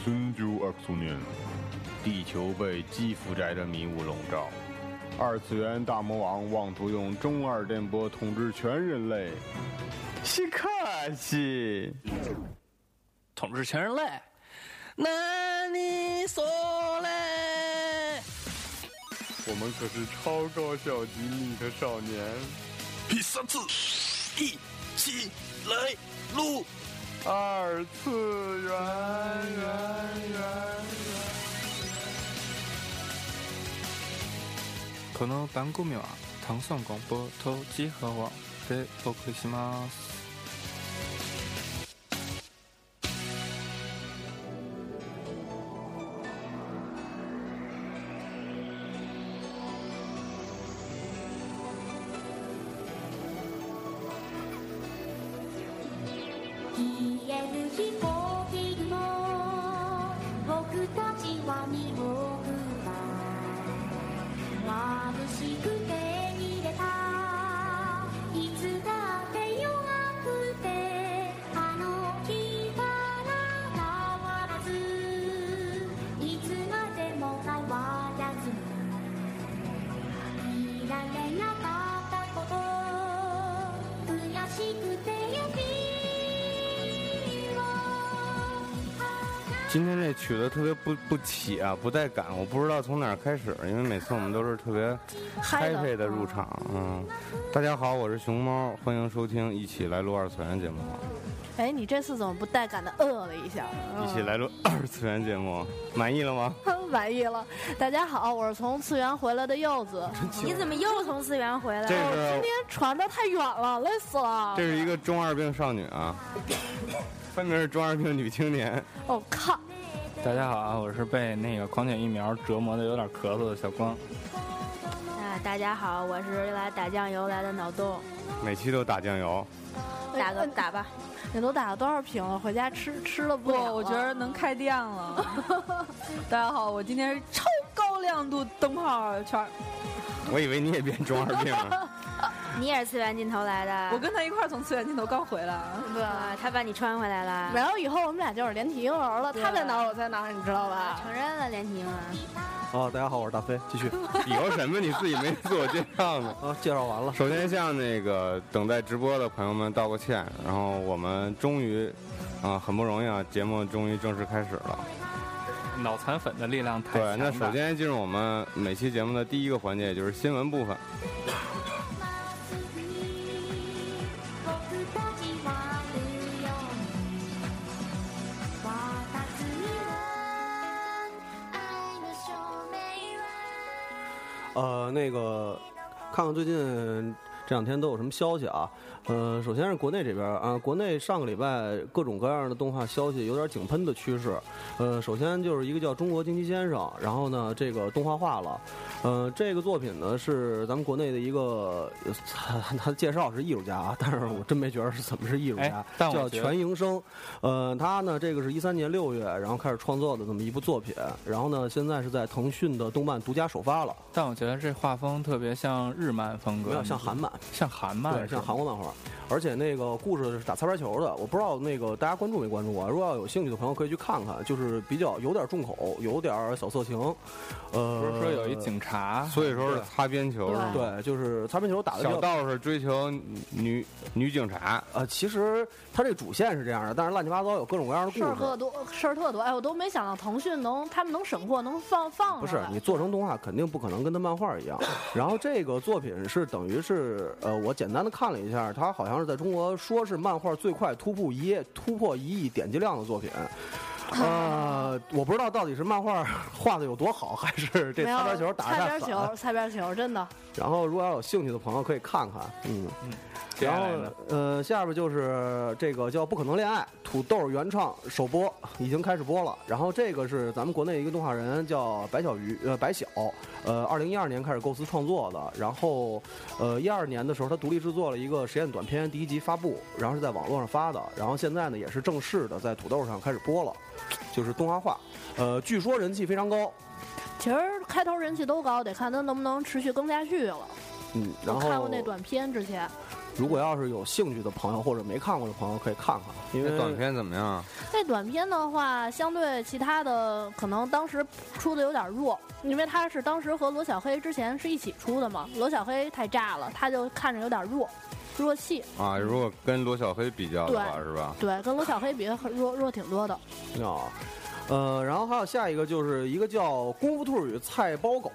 告诉您，地球被基辅宅的迷雾笼罩，二次元大魔王妄图用中二电波统治全人类。西卡西，统治全人类。那你说嘞？我们可是超高校级逆特少年。第三次，一起来录。二次元，元元この番組は単村啊广播と地方网でお送りします。消える飛行機雲僕たちは二億だ眩しくて逃げたいつだって弱くてあの日から変わらずいつまでも変わらずいられなかったこと悔しくて指を今天这曲子特别不不起啊，不带感，我不知道从哪儿开始，因为每次我们都是特别嗨的配的入场。嗯，大家好，我是熊猫，欢迎收听《一起来录二次元节目》哎，你这次怎么不带感的呃了一下？一起来录二次元节 目，满意了吗？嗯，满意了。 大家好，我是从次元回来的柚 子。你怎么又从次元回来这了？哦今是天传的太远了，累死了这。是一个中二病少女啊， 分别是中二病女青年。我、哦靠，大家好啊，我是被那个狂犬疫苗折磨的有点咳嗽的小光。啊，大家好，我是来打酱油来的脑洞，每期都打酱油，打个打吧。哎你都打了多少瓶了？回家吃吃了不不，了啊了我觉得能开店了。大家好，我今天是超高亮度灯泡圈儿，我以为你也变中二病 了。你也是次元尽头来的，哎我跟他一块儿从次元镜头刚回来。对。啊，他把你穿回来了，然后以后我们俩就是连体婴儿了，他在哪儿我在哪儿，你知道吧？承认了连体婴啊。哦，大家好，我是大飞，继续。理由什么？你自己没自我介绍呢。啊，介绍完了，首先向那个等待直播的朋友们道个歉，然后我们终于，啊、很不容易啊，节目终于正式开始了。脑残粉的力量太对，强那大。首先进入我们每期节目的第一个环节，也就是新闻部分。僕たちは歩よう私には愛の証明呃，那个，看看最近这两天都有什么消息啊？呃，首先是国内这边儿啊，国内上个礼拜各种各样的动画消息有点井喷的趋势。呃，首先就是一个叫《中国惊奇先生》，然后呢，这个动画化了。呃，这个作品呢是咱们国内的一个，呃他他介绍是艺术家啊，但是我真没觉得是怎么是艺术家哎，但我叫觉得全全营生，呃，他呢，这个是一三年六月，然后开始创作的这么一部作品，然后呢，现在是在腾讯的动漫独家首发了，但我觉得这画风特别像日漫风有格，点像韩漫，像韩漫对，是像吗，韩国漫画，而且那个故事是打擦边球的，我不知道那个大家关注没关注啊？如果要有兴趣的朋友可以去看看，就是比较有点重口，有点小色情，呃，不是说有一警察，所以说是擦边球是吗？对，就是擦边球打的比小较道士追求女女警察，呃，其实它这主线是这样的，但是乱七八糟有各种各样的故事儿事，特多，事儿特多。哎，我都没想到腾讯能，他们能审货，能放放不上是来你做成动画，肯定不可能跟他漫画 一样。然后这个作品是等于是呃，我简单的看了一下，它好像是在中国说是漫画最快突破一页突破一亿点击量的作品。啊呃，我不知道到底是漫画画的有多好，还是这没有擦边球打擦的边太狠。球，擦边球，真的。然后，如果要有兴趣的朋友可以看看，嗯。接然下后来呢，呃，下边就是这个叫《不可能恋爱》，土豆原创首播已经开始播了。然后这个是咱们国内一个动画人叫白小鱼，呃，白小，呃，二零一二年开始构思创作的。然后，呃，一二年的时候他独立制作了一个实验短片，第一集发布，然后是在网络上发的。然后现在呢，也是正式的在土豆上开始播了，就是动画化。呃，据说人气非常高，其实开头人气都高，得看他能不能持续更下去了。嗯，然我后看过那短片之前，如果要是有兴趣的朋友或者没看过的朋友可以看看，因为那短片怎么样？啊那短片的话，相对其他的，可能当时出的有点弱，因为他是当时和罗小黑之前是一起出的嘛，罗小黑太炸了，他就看着有点弱，弱气。啊，如果跟罗小黑比较的话，是吧？对，跟罗小黑比很弱弱挺多的。啊，呃，然后还有下一个就是一个叫《功夫兔与菜包狗》，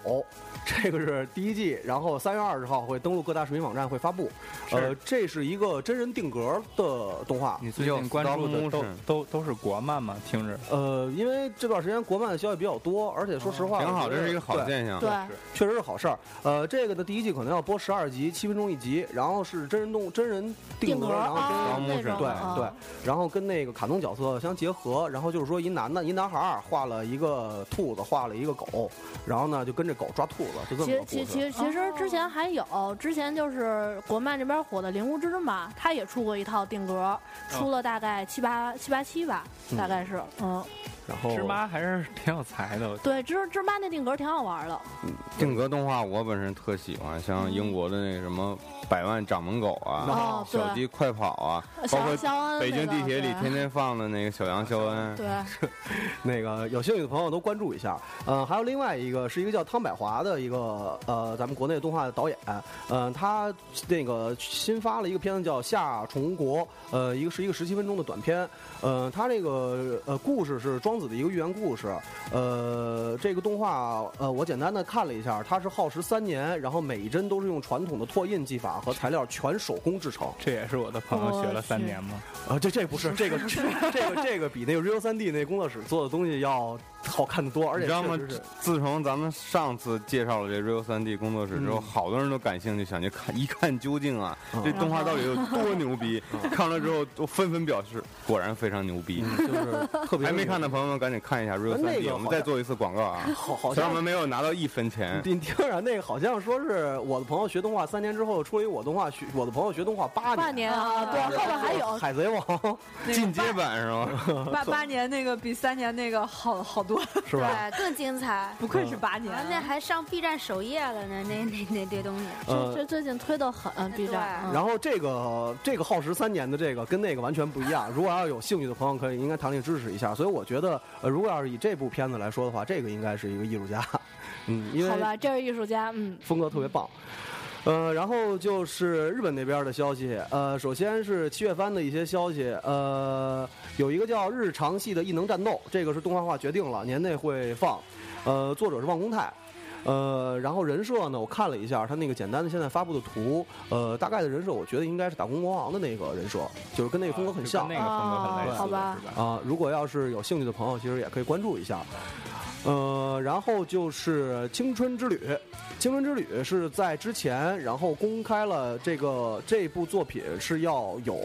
这个是第一季，然后三月二十号会登陆各大视频网站会发布。呃，这是一个真人定格的动画。你最近关注的有都 stop motion 都都是国漫嘛？听着，呃，因为这段时间国漫的消息比较多，而且说实话，哦挺好，我觉这得是一个好对现象。对，确实是好事儿。呃，这个的第一季可能要播十二集，七分钟一集，然后是真人动真人定格，哦格然后真人装啊那模种，式对啊对，然后跟那个卡通角色相结合，然后就是说一男的，一男孩儿画了一个兔子，画了一个狗，然后呢就跟着狗抓兔子，就这其实其么个，故其事。其实之前还有，之前就是国漫这边火的《灵狐之》嘛，他也出过一套定格，出了大概七八七八期吧，大概是，嗯，然后芝麻还是挺有才的。我觉得对，芝芝麻那定格挺好玩的，定格动画我本身特喜欢，像英国的那个什么《百万掌门狗》啊，哦对呃小鸡快跑》啊，小包括肖恩北京那个地铁里对天天放的那个小羊肖恩。对，那个有兴趣的朋友都关注一下。呃，还有另外一个是一个叫汤百华的一个呃，咱们国内动画的导演，呃，他那个新发了一个片子叫《夏虫国》，呃，一个是一个十七分钟的短片。呃，他这个呃故事是庄子的一个寓言故事。呃，这个动画呃，我简单的看了一下，它是耗时三年，然后每一帧都是用传统的拓印技法和材料全手工制成。这也是我的朋友学了三年嘛。啊，这这不是这个这个这个这个比那个 Real 三 D 那工作室做的东西要好看的多，而你且知道吗确实是？自从咱们上次介绍了这 Real 三 D 工作室之后，嗯好多人都感兴趣，想去看一看究竟啊，嗯这动画到底有多牛逼？ 看了之后都纷纷表示，果然非常牛逼。 就是特 别还没看的朋友们赶紧看一下 Real 嗯那三 D，个我们好再像做一次广告啊！好 好虽然像嗯我们没有拿到一分钱，你听着，那个好像说是我的朋友学动画三年之后，出了一我动画学我的朋友学动画八年，八年啊，对，后边还有海贼王那进个阶版是吗？ 八八年那个比三年那个好好多，是吧？对，更精彩。不愧是嗯八年啊，那还上 B 站首页了呢，那那那这东西，这呃这最近推的很，B 站，嗯然后这个这个耗时三年的这个跟那个完全不一样。如果要有兴趣的朋友，可以应该强烈支持一下。所以我觉得，呃，如果要是以这部片子来说的话，这个应该是一个艺术家，嗯，因好为吧，这是艺术家，嗯，风格特别棒。呃，然后就是日本那边的消息，呃，首先是七月番的一些消息，呃，有一个叫《日常系的异能战斗》，这个是动画化决定了，年内会放，呃，作者是望公泰。呃，然后人设呢，我看了一下他那个简单的现在发布的图，呃，大概的人设，我觉得应该是打工魔王的那个人设，就是跟那个风格很像。就跟那个风格很类哦似，好吧是吧？啊、如果要是有兴趣的朋友，其实也可以关注一下。呃，然后就是《青春之旅》，《青春之旅》是在之前，然后公开了这个这部作品是要有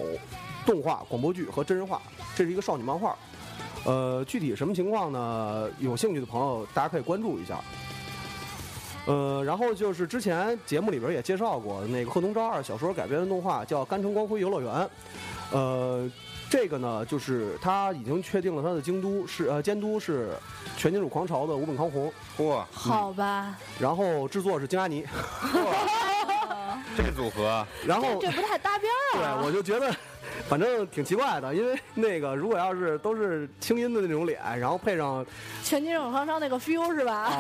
动画、广播剧和真人化，这是一个少女漫画。呃，具体什么情况呢？有兴趣的朋友，大家可以关注一下。呃，然后就是之前节目里边也介绍过那个贺东昭二小说改编的动画叫《甘城光辉游乐园》，呃，这个呢就是他已经确定了他的京都是呃监督是《全金属狂潮》的吴本康弘，嚯，好吧，然后制作是京 阿尼，这组 合然后这不太搭边儿哦啊对，我就觉得，反正挺奇怪的，因为那个如果要是都是清音的那种脸，然后配上，全金属创伤那个 feel 是吧？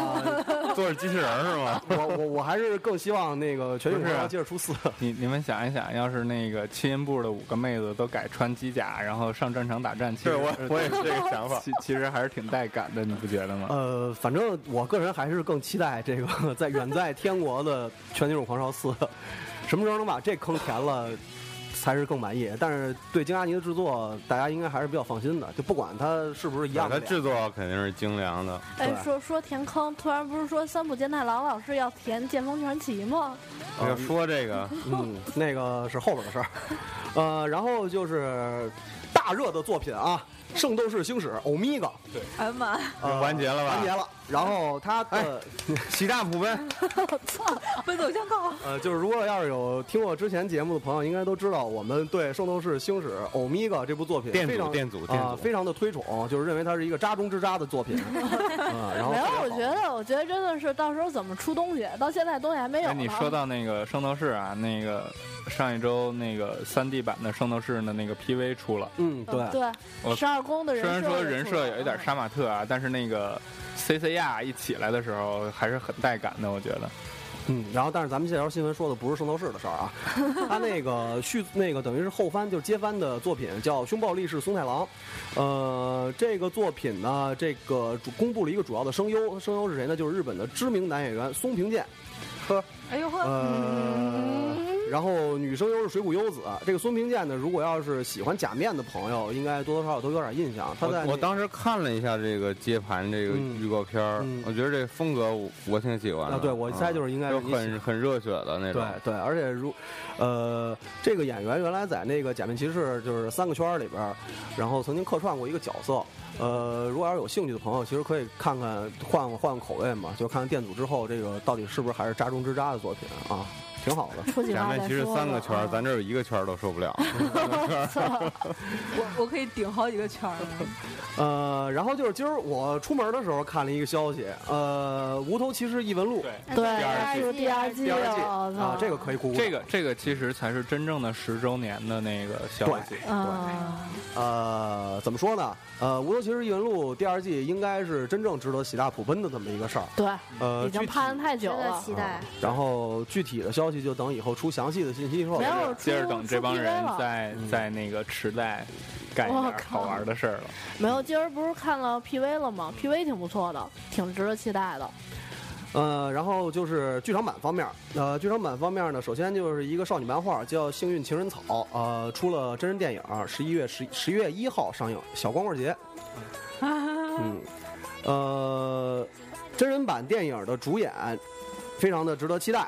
呃、坐着机器人儿是吗？我我我还是更希望那个全运不是啊会接着出四。你你们想一想，要是那个七音部的五个妹子都改穿机甲，然后上战场打战，其实对我我也是这个 想法。其其实还是挺带感的，你不觉得哦吗？呃，反正我个人还是更期待这个 在远在天国的《全金属狂潮四》，什么时候能把这坑填了，才是更满意。但是对京阿尼的制作，大家应该还是比较放心的，就不管它是不是一样的它脸。制作肯定是精良的，哎对，说说填坑，突然不是说三浦健太郎老师要填《剑锋传奇》吗？要说这个啊 嗯，那个是后边的事儿。呃，然后就是大热的作品啊，《圣斗士星矢》欧米伽，哎呀妈，呃，完结了吧哎完结了，然后他的喜大普奔，奔走相告。呃，就是如果要是有听过之前节目的朋友，应该都知道我们对《圣斗士星矢》欧米伽这部作品电非阻常电阻电啊、阻，非常的推崇，就是认为它是一个渣中之渣的作 品。啊，然后没有非常，好我觉得，我觉得真的是到时候怎么出东西，到现在东西还没有啊哎，呢。你说到那个《圣斗士》啊，那个上一周那个三 D 版的《圣斗士》的那个 PV 出了，嗯，对，嗯对，我十二宫的虽人然说人设设有一点杀马特啊，但是那个 C C R 一起来的时候还是很带感的，我觉得。嗯，然后但是咱们这条新闻说的不是圣斗士的事 儿啊，他那个续那个等于是后番就是接番的作品叫《凶暴力士松太郎》，呃，这个作品呢，这个主公布了一个主要的声优，声优是谁呢？就是日本的知名男演员松平健，呵，哎呦呵，嗯呃，然后女声优是水谷优子，这个松平健呢，如果要是喜欢假面的朋友，应该多多少少都有点印象，他在我那我当时看了一下这个接盘这个嗯预告片儿嗯，我觉得这风格我我挺喜欢的。啊，对我猜就是嗯应该是就你喜很很热血的那种对。对，而且如，呃，这个演员原来在那个《假面骑士》就是三个圈儿里边儿，然后曾经客串过一个角色。呃，如果要是有兴趣的朋友，其实可以看看换换换口味嘛，就看看电阻之后这个到底是不是还是渣中之渣的作品啊，挺好的。出去假吧面再骑士说三吧个圈儿，啊咱这有一个圈儿都受 不了。 我我可以顶好几个圈儿呢。呃，然后就是今儿我出门的时候看了一个消息，呃，《无头骑士异闻录对对，第二季出第二季第二季了，我》嗯操啊，这个可以估估。这个这个其实才是真正的十周年的那个消息。啊，呃，怎么说呢？呃，《无头骑士异闻录》第二季应该是真正值得喜大普奔的这么一个事儿。对，呃，已经具体盼太值久得了，期待。啊然后具体的消息就等以后出详细的信息之后没再说。有接着出等出这帮 PV 人了。在在那个池袋干一我点靠好玩的事儿了。没有，今儿不是看了 PV 了吗？PV 挺不错的，挺值得期待的。呃，然后就是剧场版方面，呃，剧场版方面呢，首先就是一个少女漫画叫《幸运情人草》，呃，出了真人电影，十一月十十月一号上映，小光棍节。嗯，呃，真人版电影的主演非常的值得期待，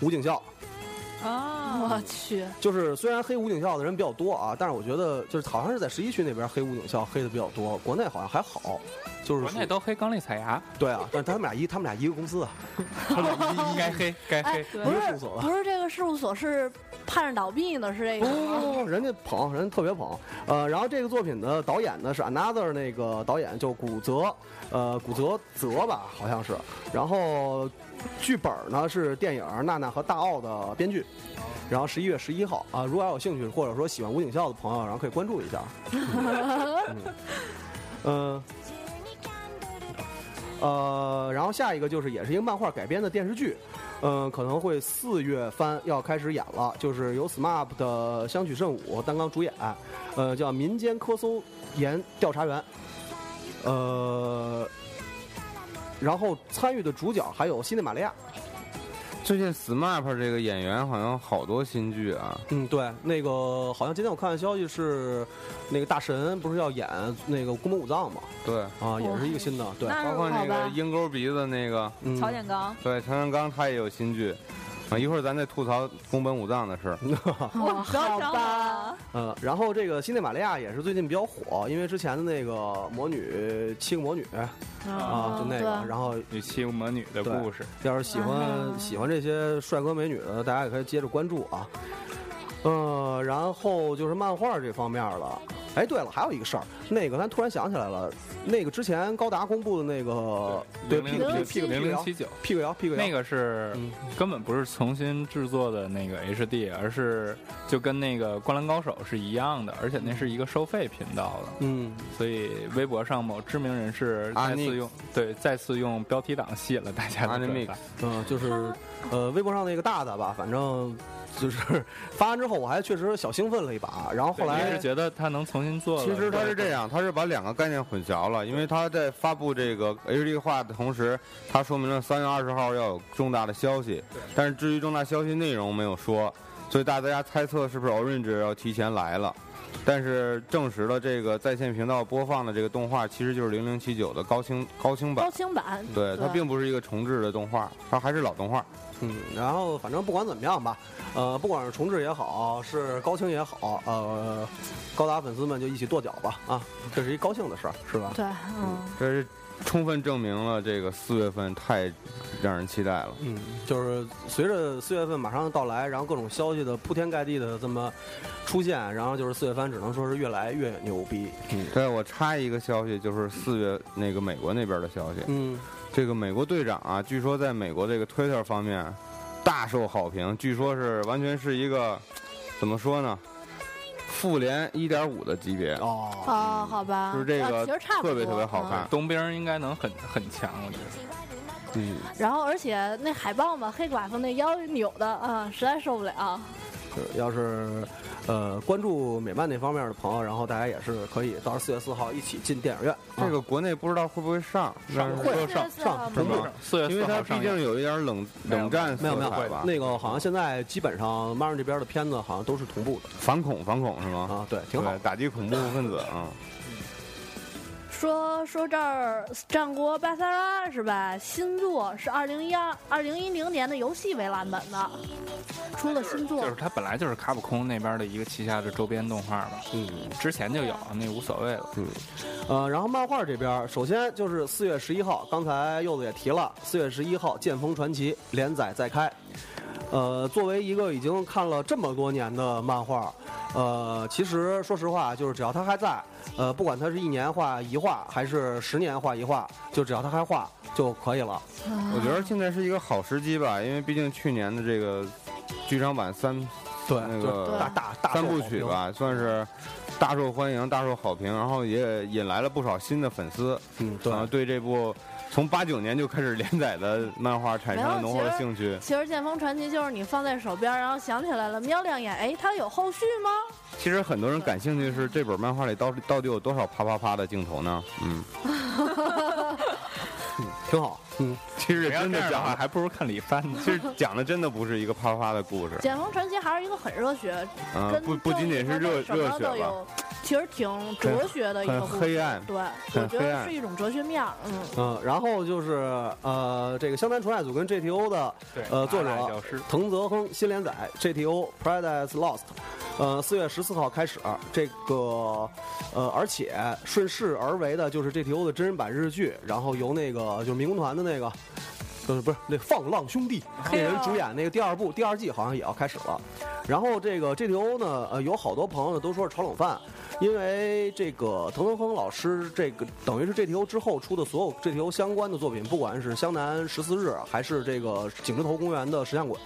吴警校。嗯啊， 我去，就是虽然黑武警校的人比较多啊，但是我觉得就是好像是在十一区那边黑武警校黑的比较多，国内好像还好，就是国属内都黑刚力彩牙，对啊，但是他们俩一他们俩一个公司啊，他们应该黑该哎黑，。不一个是事务所吧不是这个事务所是盼着倒闭呢，是这不个不吗。不 不，人家捧，人家特别捧。呃，然后这个作品的导演呢是 Another 那个导演，就古泽，呃，古泽泽吧，好像是。然后剧本呢是电影《娜娜和大奥》的编剧。然后十一月十一号啊、如果要有兴趣或者说喜欢吴警校的朋友，然后可以关注一下。嗯，嗯呃，然后下一个就是也是一个漫画改编的电视剧，嗯，可能会四月番要开始演了，就是由 SMAP 的香取慎吾担纲主演，呃，叫《民间科搜研调查员》，呃，然后参与的主角还有西内玛利亚，最近 SMAP 这个演员好像好多新剧啊，嗯，对，那个好像今天我看的消息是，那个大神不是要演那个宫本武藏嘛，对，啊，也是一个新的，对，那包括那嗯好个吧鹰钩鼻子那个，嗯曹建刚，对，陈元刚他也有新剧，啊，一会儿咱再吐槽宫本武藏的事儿。我不要哦好讲吧，了。呃，然后这个西内玛利亚也是最近比较火，因为之前的那个魔女七个魔女啊，就那个，对然后与七个魔女的故事，要是喜欢、喜欢这些帅哥美女的，大家也可以接着关注啊。呃，然后就是漫画这方面了。哎，对了，还有一个事儿，那个咱突然想起来了，那个之前高达公布的那个对屁零股零屁零股屁股零摇七九，屁股摇屁股摇那个是嗯根本不是重新制作的那个 HD，而是就跟那个《灌篮高手》是一样的，而且那是一个收费频道的，嗯，所以微博上某知名人士再次用对再次用标题党吸引了大家的转 Animix 发。嗯、就是呃，微博上那个大大吧，反正就是发完之后，我还确实小兴奋了一把。然后后对来你是觉得他能重新做了，其实他是对这样，他是把两个概念混淆了，因为他在发布这个 HD 化的同时，他说明了三月二十号要有重大的消息，但是至于重大消息内容没有说，所以大家猜测是不是 Orange 要提前来了。但是证实了这个在线频道播放的这个动画其实就是零零七九的高清高清版高，清版，对，它对并不是一个重制的动画，它还是老动画。嗯，然后反正不管怎么样吧，呃，不管是重置也好，是高清也好，呃，高达粉丝们就一起跺脚吧，啊，这是一高兴的事儿，是吧？对，嗯，这是充分证明了这个四月份太让人期待了。嗯，就是随着四月份马上到来，然后各种消息的铺天盖地的这么出现，然后就是四月番只能说是越来越牛逼。嗯对，我插一个消息，就是四月那个美国那边的消息，嗯，这个美国队长啊，据说在美国这个 Twitter 方面大受好评，据说是完全是一个怎么说呢，复联一点五的级别。哦，哦，好吧，就是这啊个其实差不多，特别特别好看嗯冬兵应该能很很强，我觉得。嗯，然后，而且那海报嘛，黑寡妇那腰扭的啊，实在受不了。是要是呃关注美漫那方面的朋友，然后大家也是可以到时候四月四号一起进电影院。啊这个国内不知道会不会上，但是会上上嗯是吗？四月因四为号它上毕映竟有一点冷没有冷战色没有没有彩吧，那个好像现在基本上 Marvel 这边的片子好像都是同步的反恐反恐是吗？啊，对，挺好对。打击恐怖分子啊。说说这儿，《战国巴塞拉》是吧？新作是二零一二、二零一零年的游戏为蓝本的，出了新作就是它本来就是卡普空那边的一个旗下的周边动画嗯吧，嗯，之前就有，那无所谓了。呃，然后漫画这边儿，首先就是四月十一号，刚才柚子也提了，四月十一号《剑锋传奇》连载再开。呃，作为一个已经看了这么多年的漫画，呃，其实说实话，就是只要它还在，呃，不管它是一年画一画，还是十年画一画，就只要它还画就可以了。我觉得现在是一个好时机吧，因为毕竟去年的这个剧场版三对那就是个大大大三受部好曲评，吧，算是大受欢迎、大受好评，然后也引来了不少新的粉丝，嗯，对然，后对这部从八九年就开始连载的漫画产生了浓厚的兴趣。其实《剑锋传奇》就是你放在手边，然后想起来了，瞄两眼，哎，它有后续吗？其实很多人感兴趣是这本漫画里到底到底有多少啪啪啪的镜头呢？嗯，挺好。嗯，其实真的这样讲话，的还还不如看李帆呢。其实讲的真的不是一个啪啪啪的故事《剑锋传奇》还是一个很热血，啊，跟不不仅仅是热正义热它血的手上吧。都有，其实挺哲学的一个很故事黑暗对，我很觉黑得暗是一种哲学面儿，嗯。嗯，然后就是呃，这个湘南纯爱组跟 GTO 的对呃作者麻辣教师藤泽亨新连载 GTO Paradise Lost，呃，四月十四号开始，这个呃，而且顺势而为的就是 GTO 的真人版日剧，然后由那个就是民工团的那个。就是不是那放浪兄弟那人主演那个第二部第二季好像也要开始了，然后这个 GTO 呢，呃，有好多朋友呢都说是炒冷饭，因为这个藤藤亨老师这个等于是 GTO 之后出的所有 GTO 相关的作品，不管是湘南十四日，还是这个景之头公园的石像鬼，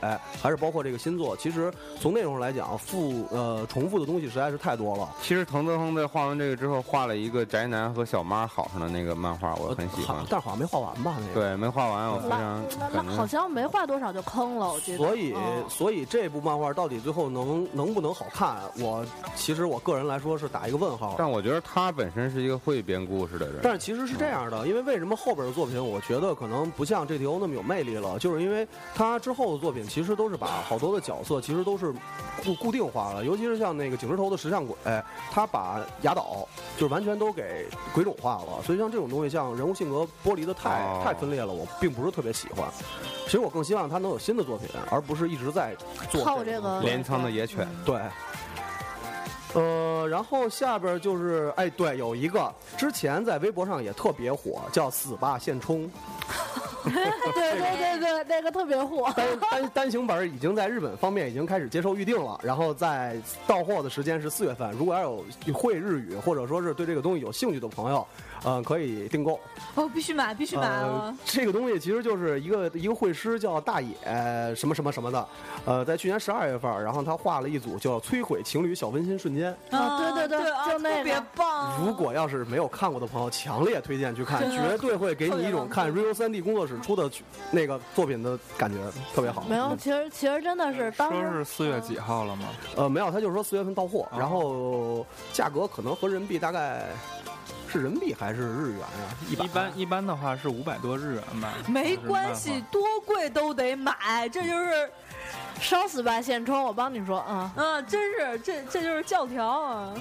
还是包括这个新作，其实从内容上来讲，复呃重复的东西实在是太多了。其实藤泽亨在画完这个之后，画了一一个宅男和小妈好上的那个漫画，呃我很喜呃好欢。但是好像没画完吧？那个。对，没画完，我非那常那感那好动。像没画多少就坑了，我觉得。所以，嗯所以这部漫画到底最后能能不能好看，我其实我个人来说是打一个问号。但我觉得他本身是一个会编故事的人。但是其实是这样的，因为为什么后边的作品，我觉得可能不像 GTO 那么有魅力了，就是因为他之后的作品其实都是把好多的角色其实都是固固定化了，尤其是像那个警石头的石像鬼，哎他把雅岛就是完全都给鬼冢化了，所以像这种东西，像人物性格剥离的太、哦太分裂了，我并不是特别喜欢。其实我更希望他能有新的作品，而不是一直在做靠这这个个镰仓的野犬，对。呃，然后下边就是，哎，对，有一个之前在微博上也特别火，叫“死吧现充对对对对，那个特别火”，。单单单行本已经在日本方面已经开始接受预定了，然后在到货的时间是四月份。如果要有会日语或者说是对这个东西有兴趣的朋友，呃，可以订购。哦，必须买，必须买呃哦！，这个东西其实就是一个一个绘师叫大野呃什么什么什么的，呃，在去年十二月份，然后他画了一组叫《摧毁情侣小温馨瞬间》。啊对对对对，啊就那个特别棒。如果要是没有看过的朋友，强烈推荐去看，绝对会给你一种看 Real 三 D 工作室出的那个作品的感觉，特别好。没有，其实其实真的是当说时是四月几号了吗？呃，没有，他就是说四月份到货，啊然后价格可能合人民币大概是人民币还是日元啊？一百一般一般的话是五百多日元吧。没就是关系，多贵都得买，这就是，烧死吧现充，我帮你说啊。嗯，真是这这就是教条啊！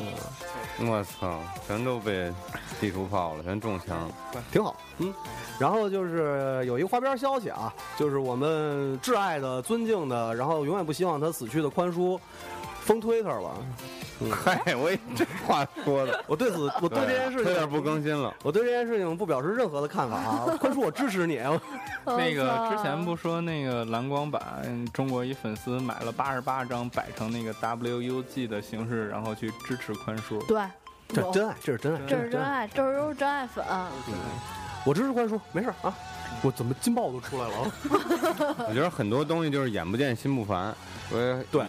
嗯我操，全都被地图炮了，全中枪了。挺好，嗯。然后就是有一个花边消息啊，就是我们挚爱的、尊敬的，然后永远不希望他死去的宽叔封 Twitter 了。 嗨，我也这话说的，我对此，我对这件事有点情，啊不更新了。我对这件事情不表示任何的看法啊！宽叔，我支持你。那个我操之前不说那个蓝光版，中国一粉丝买了八十八张，摆成那个 WUG 的形式，然后去支持宽叔。对，这有是真爱，这是真爱，这是真。爱，这都是真爱粉。嗯我支持宽叔，没事啊。我怎么金豹都出来 了啊？我觉得很多东西就是眼不见心不烦，我对与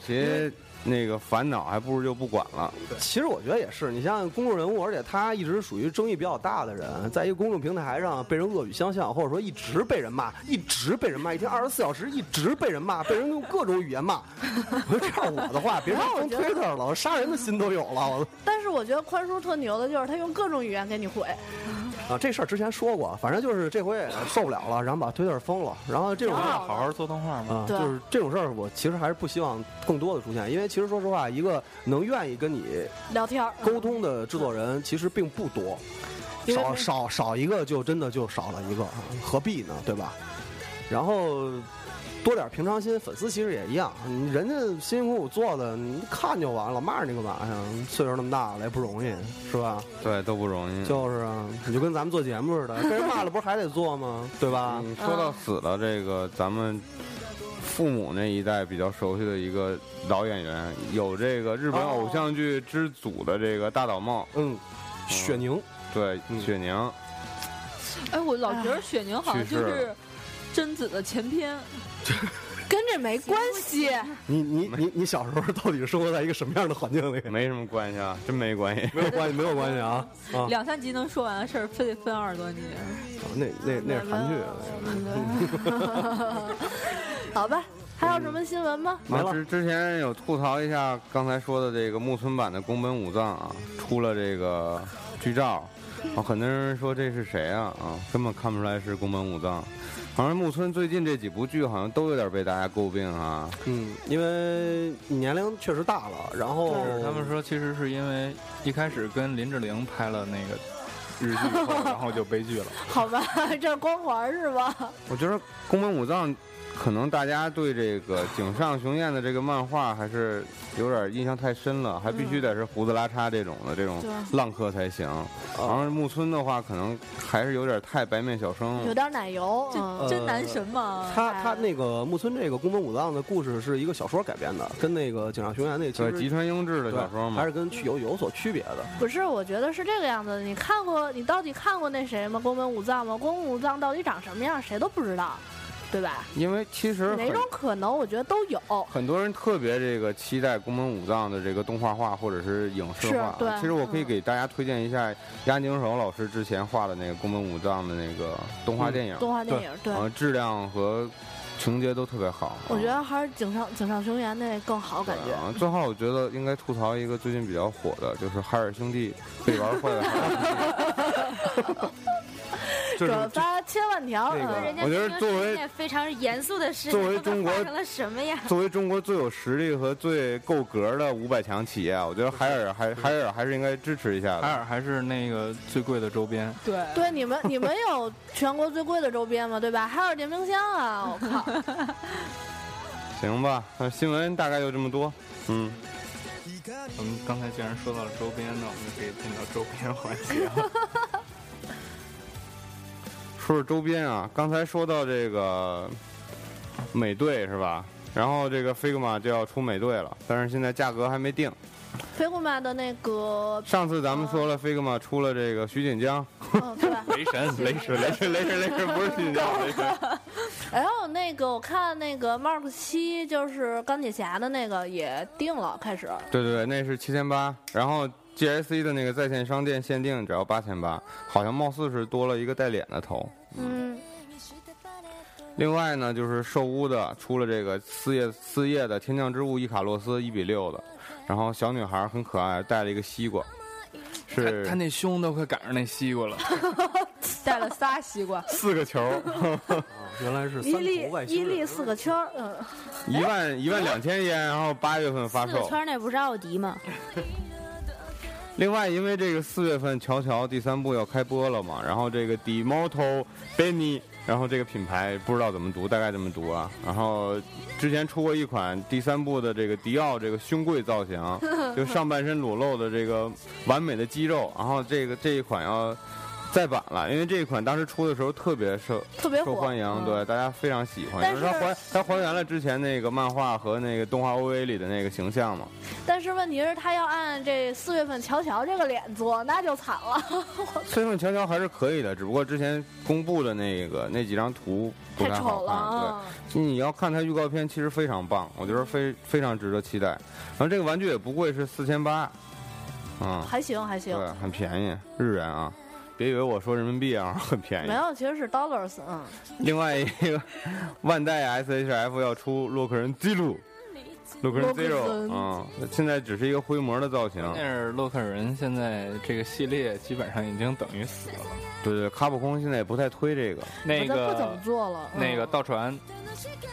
其那个烦恼，还不如就不管了。其实我觉得也是，你像公众人物，而且他一直属于争议比较大的人，在一个公众平台上被人恶语相向，或者说一直被人骂，一直被人骂，一天二十四小时一直被人骂，被人用各种语言骂。 我这样我的话，别说封 Twitter 了，我杀人的心都有了。我但是我觉得宽叔特牛的就是他用各种语言给你回，啊，这事儿之前说过，反正就是这回也受不了了，然后把 Twitter 封了。然后这种事儿挺好好好做动画嘛。啊，对就是这种事儿，我其实还是不希望更多的出现，因为其实说实话，一个能愿意跟你聊天儿沟通的制作人其实并不多，因为少少少一个就真的就少了一个，何必呢？对吧？然后多点平常心，粉丝其实也一样，你人家辛辛苦苦做的，你看就完了，骂你干嘛呀？岁数那么大了也不容易，是吧？对，都不容易。就是啊，你就跟咱们做节目似的，被人骂了不是还得做吗？对吧？你嗯说到死了，这个咱们父母那一代比较熟悉的一个老演员，有这个日本哦偶像剧之祖的这个大岛茂，嗯，雪凝，对，嗯雪娘，哎，我老觉得雪凝好像去就世是贞子的前篇，跟这没关系，你你你你小时候到底生活在一个什么样的环境里？没什么关系啊，真没关系。没有关系，没有关系啊啊！两三集能说完的事儿，非得分二十多集。那那那是韩剧，好吧？还有什么新闻吗？没了啊之之前有吐槽一下刚才说的这个木村版的宫本武藏啊，出了这个剧照，啊，很多人说这是谁啊啊，根本看不出来是宫本武藏。好像木村最近这几部剧好像都有点被大家诟病啊，嗯，因为你年龄确实大了，然后是他们说，其实是因为一开始跟林志玲拍了那个日剧以后， 然后就悲剧了。好吧， 这是光环是吧？我觉得宫本武藏可能大家对这个井上雄彦的这个漫画还是有点印象太深了，还必须得是胡子拉碴这种的这种嗯对浪客才行。哦然后木村的话，可能还是有点太白面小生有了。点奶油，嗯这这呃男神嘛，他他那个木村这个宫本武藏的故事是一个小说改编的，跟那个井上雄彦那个其对，实吉川英治的对小说嘛还，是跟区有有所区别的。不是，我觉得是这个样子。你看过，你到底看过那谁吗？宫本武藏吗？宫本武藏到底长什么样，谁都不知道，对吧？因为其实哪啊很种可能，我觉得都有。很多人特别这个期待宫本武藏的这个动画化或者是影视化啊是对。其实我可以嗯给大家推荐一下押井守老师之前画的那个宫本武藏的那个动画电影，嗯动画电影，对，然后啊质量和情节都特别好。啊我觉得还是井上井上雄彦那更好，对感觉。啊，最后我觉得应该吐槽一个最近比较火的，就是海尔兄弟 被玩坏的海尔兄弟。就是转发千万条，那个嗯人家我觉得明明作是一为件非常严肃的事情，作为中国发成了什么呀？作为中国最有实力和最够格的五百强企业，啊我觉得海尔还海尔还是应该支持一下海的。尔还是那个最贵的周边，对对你们，你们有全国最贵的周边吗？对吧？海尔电冰箱啊，我靠！行吧，那新闻大概就这么多。嗯，我们刚才既然说到了周边，那我们就可以进到周边环节了。说说周边啊，刚才说到这个美队是吧？然后这个 Figma 就要出美队了，但是现在价格还没定。飞姑妈的那个，上次咱们哦说了 Figma 出了这个徐锦江，嗯，对吧？雷神，雷神，雷神雷神雷神不是徐锦江，雷神。然后那个我看那个 Mark 七，就是钢铁侠的那个也定了，开始。对对对，那是七千八，然后 GSC 的那个在线商店限定只要八千八，好像貌似是多了一个带脸的头。嗯，另外呢，就是兽屋的出了这个四叶四叶的天降之物伊卡洛斯一比六的，然后小女孩很可爱，带了一个西瓜，是他那胸都快赶上那西瓜了。带了仨西瓜，四个球，啊原来是三伊利头外星伊人利四个圈儿，嗯，一嗯万一万两千烟，然后八月份发四个售圈。儿内不是奥迪吗？另外，因为这个四月份《乔乔》第三部要开播了嘛，然后这个 Demoto Benny，然后这个品牌不知道怎么读，大概怎么读啊？然后之前出过一款第三部的这个迪奥这个胸贵造 型，就上半身裸露的这个完美的肌肉，然后这个这一款要再版了，因为这一款当时出的时候特别受特别火，受欢迎，嗯对大家非常喜欢，因但为它是还它还原了之前那个漫画和那个动画 OV 里的那个形象嘛。但是问题是，他要按这四月份乔乔这个脸做，那就惨了，四月份乔乔还是可以的，只不过之前公布的那个那几张图不太好丑了看。啊！对，你要看它预告片，其实非常棒，我觉得非非常值得期待。然后这个玩具也不贵，是四千八，嗯，还行还行对，，很便宜，日元啊。别以为我说人民币啊， 很便宜没。有，其实是 dollars，嗯，另外一个，万代 SHF 要出洛克人基鲁，洛克人洛克 Zero，人嗯，现在只是一个灰模的造型。但是洛克人现在这个系列基本上已经等于死了。对对，卡普空现在也不太推这个。那我就不怎个么做了，嗯那个道传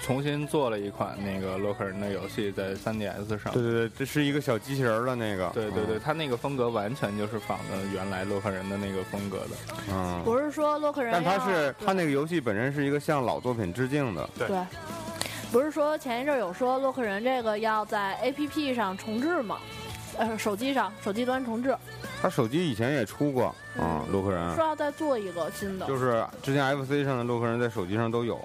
重新做了一款那个洛克人的游戏，在 3DS 上。对对对，这是一个小机器人儿的那个。对对对，他那个风格完全就是仿的原来洛克人的那个风格的。嗯，嗯。不是说洛克人要，但它是它那个游戏本身是一个向老作品致敬的，对，不是说前一阵儿有说洛克人这个要在 APP 上重置吗？呃，手机上手机端重置，它手机以前也出过啊，嗯洛克说人，要再做一个新的，就是之前 FC 上的洛克人在手机上都有。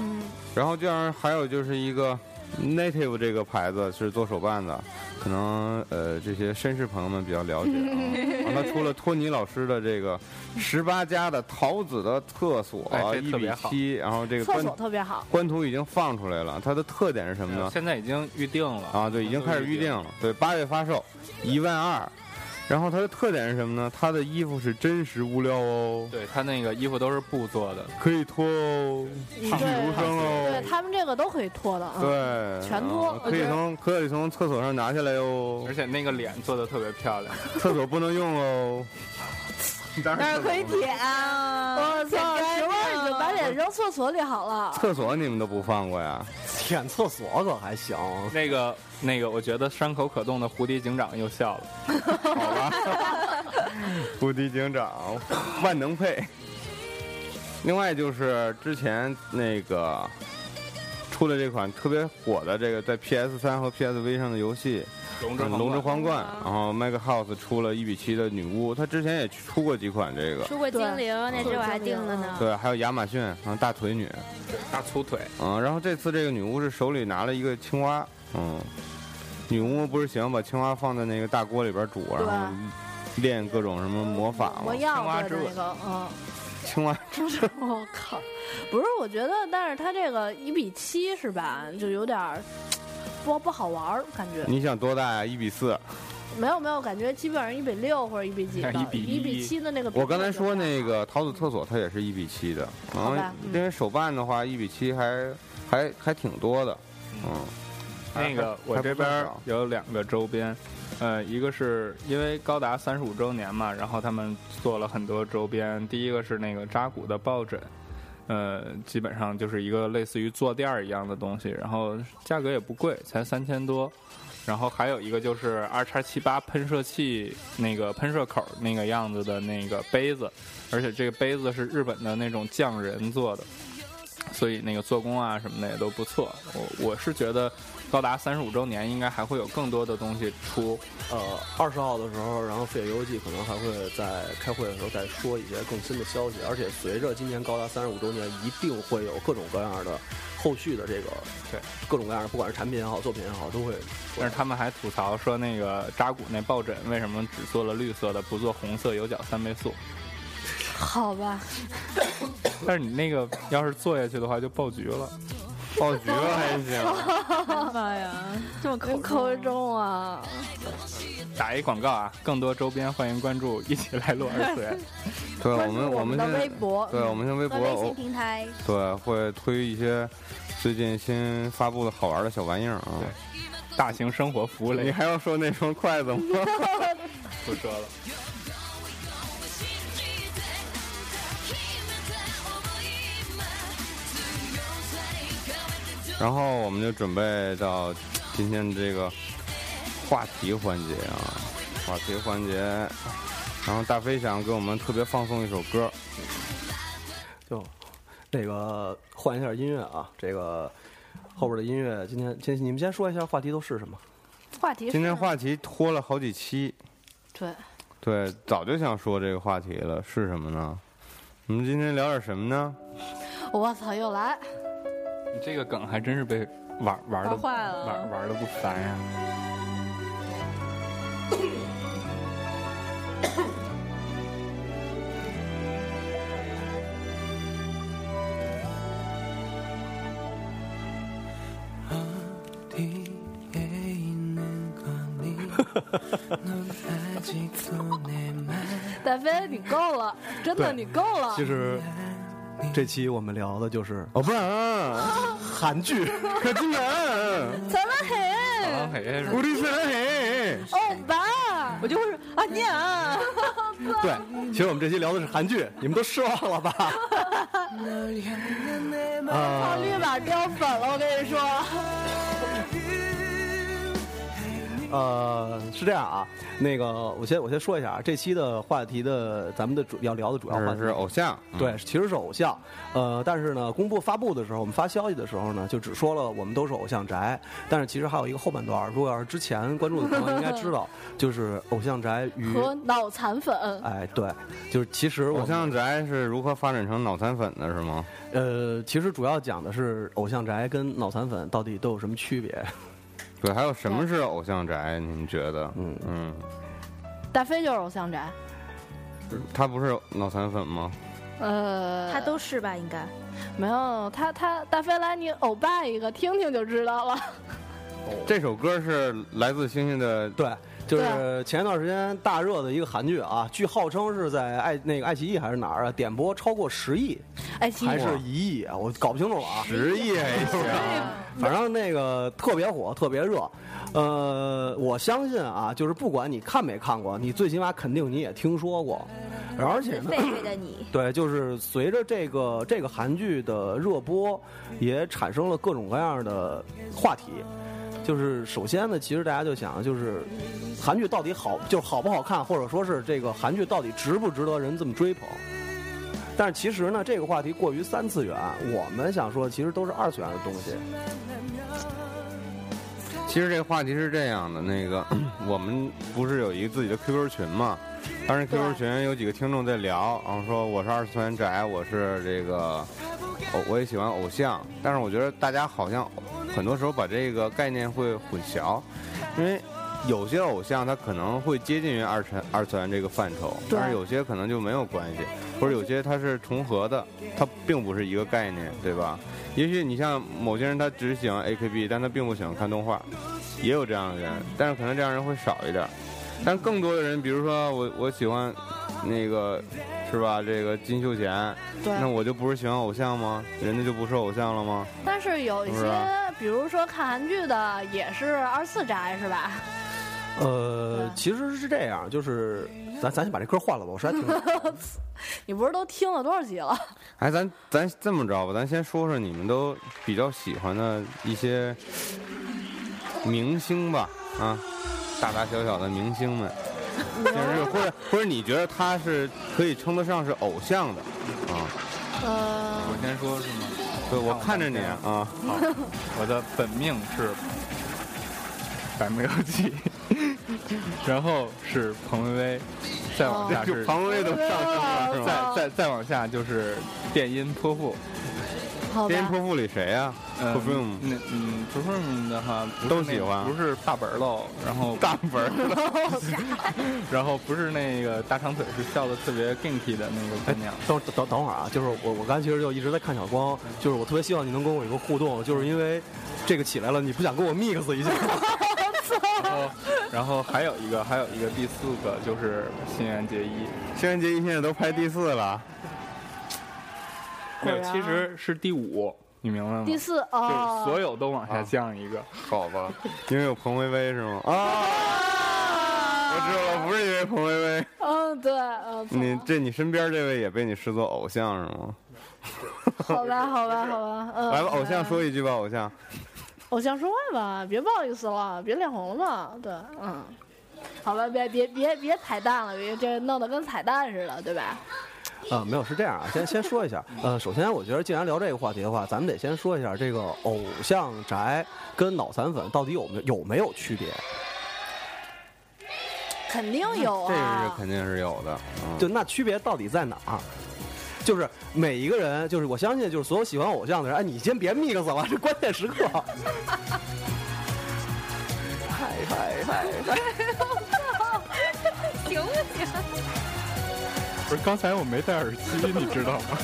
嗯，然后这样还有就是一个 Native 这个牌子是做手办的，可能呃这些绅士朋友们比较了解啊。 然后他出了托尼老师的这个十八家的桃子的厕所哎这一特比别好七，然后这个厕所官特别好，官图已经放出来了，它的特点是什么呢？现在已经预定了啊，对，已经开始预定了，对，八月发售，一万二。然后它的特点是什么呢？它的衣服是真实物料哦，对他那个衣服都是布做的，可以脱哦，栩栩对如生嗯对哦，他们这个都可以脱的，嗯，对，全脱嗯我可以觉得从可以从厕所上拿下来哦 而，且那个脸做的特别漂亮。厕所不能用哦。当但是可以厕所舔啊！我哦舔操，干媳妇儿净你就把脸扔厕所里好了。厕所你们都不放过呀？舔厕所可还行，那个那个，我觉得山口可动的胡迪警长又笑了。好吧，无敌警长，万能配。另外就是之前那个出了这款特别火的这个在 PS 三和 PSV 上的游戏嗯龙《嗯龙之皇冠》，嗯然后 Mega House 出了一比七的女巫，它之前也出过几款这个，出过精灵，那对时候我还订了呢。对，还有亚马逊，然后大腿女，大粗腿，嗯，然后这次这个女巫是手里拿了一个青蛙，嗯，女巫不是喜欢把青蛙放在那个大锅里边煮，然后练各种什么魔法吗魔？药青蛙的之那吻个，嗯， 青蛙我靠，不是，我觉得，但是他这个一比七是吧，就有点儿不不好玩儿，感觉你想多大呀？一比四。没有没有，感觉基本上一比六或者一比几的， 1比 一一比七的那个比例我就不太刚好。才说那个桃子厕所，它也是一比七的，然好后吧嗯因为手办的话，一比七还还还挺多的，嗯。那个还我还这边不算儿少有两个周边，呃，一个是因为高达三十五周年嘛，然后他们做了很多周边。第一个是那个扎古的抱枕，呃，基本上就是一个类似于坐垫儿一样的东西，然后价格也不贵，才三千多。然后还有一个就是二叉七八喷射器那个喷射口那个样子的那个杯子，而且这个杯子是日本的那种匠人做的，所以那个做工啊什么的也都不错。我我是觉得高达三十五周年应该还会有更多的东西出，呃，二十号的时候，然后《废铁游记》可能还会在开会的时候再说一些更新的消息，而且随着今年高达三十五周年，一定会有各种各样的后续的这个对各种各样的，不管是产品也好，作品也好，都会但是他们还吐槽说那个扎古那抱枕为什么只做了绿色的，不做红色有角三倍速。好吧，但是你那个要是做下去的话就爆局了。爆菊了还行，妈呀，这么口真抠中啊！打一广告啊，更多周边欢迎关注，一起来录二次 元。对，关我注们我们们的现在微博对，我们现在微和博微我信平台，对会推一些最近新发布的好玩的小玩意儿啊。大型生活服务你类还要说那双筷子吗？不说了。然后我们就准备到今天的这个话题环节啊，话题环节，然后大飞想给我们特别放送一首歌，就那个换一下音乐啊，这个后边的音乐，今天先你们先说一下话题都是什么？话题是今天话题拖了好几期，对，对，早就想说这个话题了，是什么呢？我们今天聊点什么呢？我操，又来。你这个梗还真是被玩玩的玩坏了玩玩的不凡呀、戴飞，你够了，真的对你够了。其实这期我们聊的就是哦，不然、啊，韩剧，可竟然， 咱们很啊，嘿是无敌三嘿。欧巴，我就会说啊念啊，对，其实我们这期聊的是韩剧，你们都失望了吧？呃 靠啊绿码掉粉了，我跟你说。啊呃，是这样啊，那个我先我先说一下啊，这期的话题的咱们的主要聊的主要话是题是偶像，嗯对，其实是偶像，呃，但是呢，公布发布的时候，我们发消息的时候呢，就只说了我们都是偶像宅，但是其实还有一个后半段儿，如果要是之前关注的朋友应该知道，就是偶像宅 与，和脑残粉，哎，对，就是其实我偶像宅是如何发展成脑残粉的，是吗？呃，其实主要讲的是偶像宅跟脑残粉到底都有什么区别？对，还有什么是偶像宅？你们觉得？嗯嗯，大飞就是偶像宅。他不是脑残粉吗？呃，他都是吧？应该没有他他大飞来你欧巴一个听听就知道了。这首歌是来自星星的，对，就对是前一段时间大热的一个韩剧啊，据号称是在爱那个爱奇艺还是哪儿啊，点播超过十亿哎，其还实是一亿啊，我搞不清楚了啊。职业还行。反正那个特别火，特别热，呃，我相信啊，就是不管你看没看过，你最起码肯定你也听说过，而且呢狒。狒的你对，就是随着这个这个韩剧的热播，也产生了各种各样的话题。就是首先呢，其实大家就想，就是韩剧到底好，就是好不好看，或者说是这个韩剧到底值不值得人这么追捧？但是其实呢，这个话题过于三次元，我们想说，其实都是二次元的东西。其实这个话题是这样的，那个 我们不是有一个自己的 QQ 群嘛？当时 QQ 群有几个听众在聊，然后说我是二次元宅，我是这个，偶我也喜欢偶像，但是我觉得大家好像很多时候把这个概念会混淆，因为有些偶像他可能会接近于二次元二次元这个范畴，对但是有些可能就没有关系，或者有些它是重合的，它并不是一个概念，对吧？也许你像某些人，他只喜欢 AKB，但他并不喜欢看动画，也有这样的人，但是可能这样的人会少一点儿。但更多的人，比如说我，我喜欢那个是吧？这个金秀贤，对那我就不是喜欢偶像吗？人家就不是偶像了吗？但是有一是些啊，比如说看韩剧的，也是二四宅是吧？ 呃对，其实是这样，就是咱咱先把这歌换了吧，我实在听不了。你不是都听了多少 集了？哎，咱咱这么着吧，咱先说说你们都比较喜欢的一些明星吧，啊，大大小小的明星 们，就是或者或者你觉得他是可以称得上是偶像的啊？呃，我先说是吗？对，我看着你啊，我的本命是百慕游记， 然后是彭薇薇，再往下。就是 庞威都上升了是吧？再再再往下就是电音泼妇，好电音吧，泼妇里谁啊呀、嗯 Perfume 那嗯，perfume 的话不是都那喜欢不是大本儿喽，然后大本儿， 然后不是那个大长腿，是笑的特别 kinky 的那个 姑娘。等等等会儿啊，就是我我刚才其实就一直在看小光，就是我特别希望你能跟我有一个互动，就是因为这个起来了，你不想跟我 mix 一下？ 然哦后然后还有一个还有一个第四个就是新垣结衣，轩辕杰一现在都排第四了，没有果啊然其实是第五，你明白吗？第四就是哦，所有都往啊下降一个。好吧？ 因为有彭薇薇是吗？啊，我知道了，不是因为彭薇薇。 嗯，对，嗯，你这你身边这位也被你视作偶像是吗？好吧，好吧，好吧，嗯，来吧，偶像说一句吧，偶像。偶像说话吧，别不好意思了，别脸红了嘛，对，嗯，好吧，别别别别彩蛋了，别这弄得跟彩蛋似的，对吧？啊，没有，是这样啊，先先说一下，呃，首先我觉得既然聊这个话题的话，咱们得先说一下这个偶像宅跟脑残粉到底有没有没有区别？肯定有这是啊，肯定是有的。嗯就那区别到底在哪儿？就是每一个人，就是我相信，就是所有喜欢偶像的人，哎，你先别 mix 了，这关键时刻。 嗨嗨嗨！行不行？不是，刚才我没戴耳机，你知道 吗？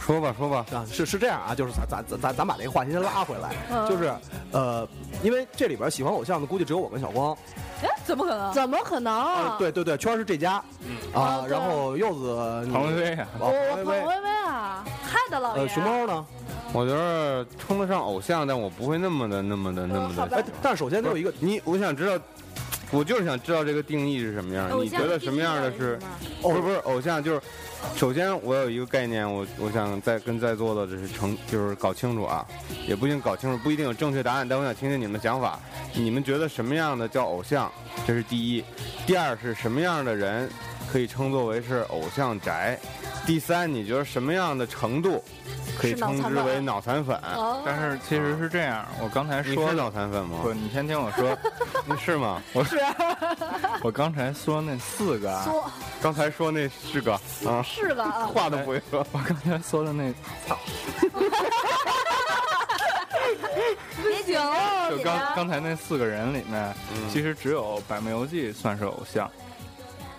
说吧说吧，啊，是是这样啊，就是咱咱咱咱咱把这个话题先拉回来，嗯就是呃，因为这里边喜欢偶像的估计只有我跟小光，哎，怎么可能？怎么可能？呃对对对，圈儿是这家，啊啊，嗯对然后柚子，嗯你唐薇薇啊，啊我薇我薇彭薇薇啊，害的老爷呃，熊猫呢？我觉得称得上偶像，但我不会那么的那么的那么哦好吧的。哎，但是首先得有一个，你我想知道，我就是想知道这个定义是什么样。你觉得什么样的是？不是不是偶像？就是首先我有一个概念，我我想再跟在座的这是成就是搞清楚啊，也不一定搞清楚，不一定有正确答案，但我想听听你们的想法。你们觉得什么样的叫偶像？这是第一。第二是什么样的人可以称作为是偶像宅？第三，你觉得什么样的程度可以是脑称残之粉为脑残粉？哦但是其实是这样，我刚才你说是脑残粉吗？不，你先听我说，你是吗？ 我是我刚才说那四个啊，啊说刚才说那是个啊，是吧？ 啊话都不会说。我刚才说的那别停，就刚刚才那四个人里面，嗯其实只有百媚游记算是偶像。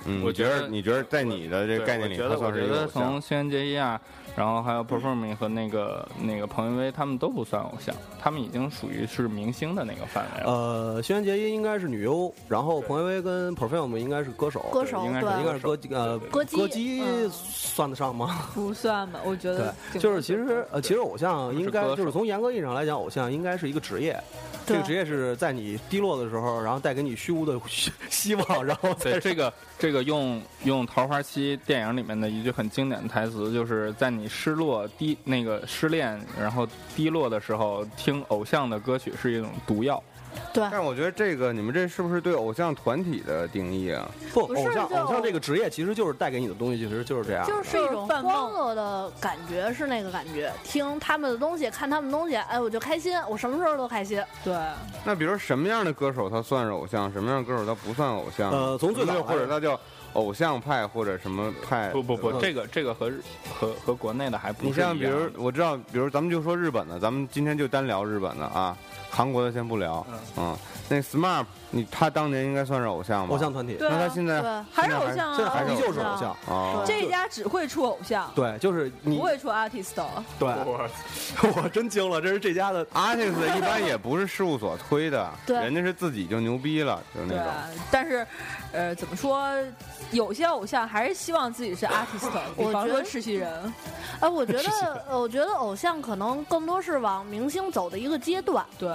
嗯，我你觉觉得得你觉得在你的这个对概念里，我觉他得我算是觉一个得偶像从。轩辕洁一啊，然后还有 Performing 和那个那个彭于晏他们都不算偶像，他们已经属于是明星的那个范围了。呃，轩辕结衣应该是女优，然后彭薇薇跟 Perfume 应该是歌手，歌手应该是应对该是歌呃歌姬歌姬嗯算得上吗？不算吧？我觉得对，就是其实呃，其实偶像应该歌手就是从严格意义上来讲，偶像应该是一个职业，这个对职业是在你低落的时候，然后带给你虚无的 希望，然后 对再这个这个用用《桃花期》电影里面的一句很经典的台词，就是在你失落低那个失恋然后低落的时候，听偶像的歌曲是一种毒药。对， 但我觉得这个你们这是不是对偶像团体的定义啊？不不是偶像就偶像这个职业其实就是带给你的东西，其实就是这样。就是一种半梦欢乐的感觉，是那个感觉。听他们的东西，看他们的东西，哎，我就开心，我什么时候都开心。对，那比如什么样的歌手他算是偶像，什么样的歌手他不算偶像？呃从最早又来或者他叫偶像派或者什么派？不不不，呃这个这个和日和和国内的还不你是一样像比如我知道，比如咱们就说日本的，咱们今天就单聊日本的啊，韩国的先不聊。嗯，那 SMAP，你他当年应该算是偶像吧？偶像团体，对那啊他现在对，还是偶像啊，现在还还是依旧是偶偶像。哦，这一家只会出偶像，对，就是你不会出 artist 哦了。对， 我真惊了，这是这家的啊 artist 一般也不是事务所推的，对人家是自己就牛逼了，就是那对啊种。，但是，呃，怎么说？有些偶像还是希望自己是 artist，的比我方觉说得赤西仁，哎，我觉得，呃我觉得偶像可能更多是往明星走的一个阶段。对，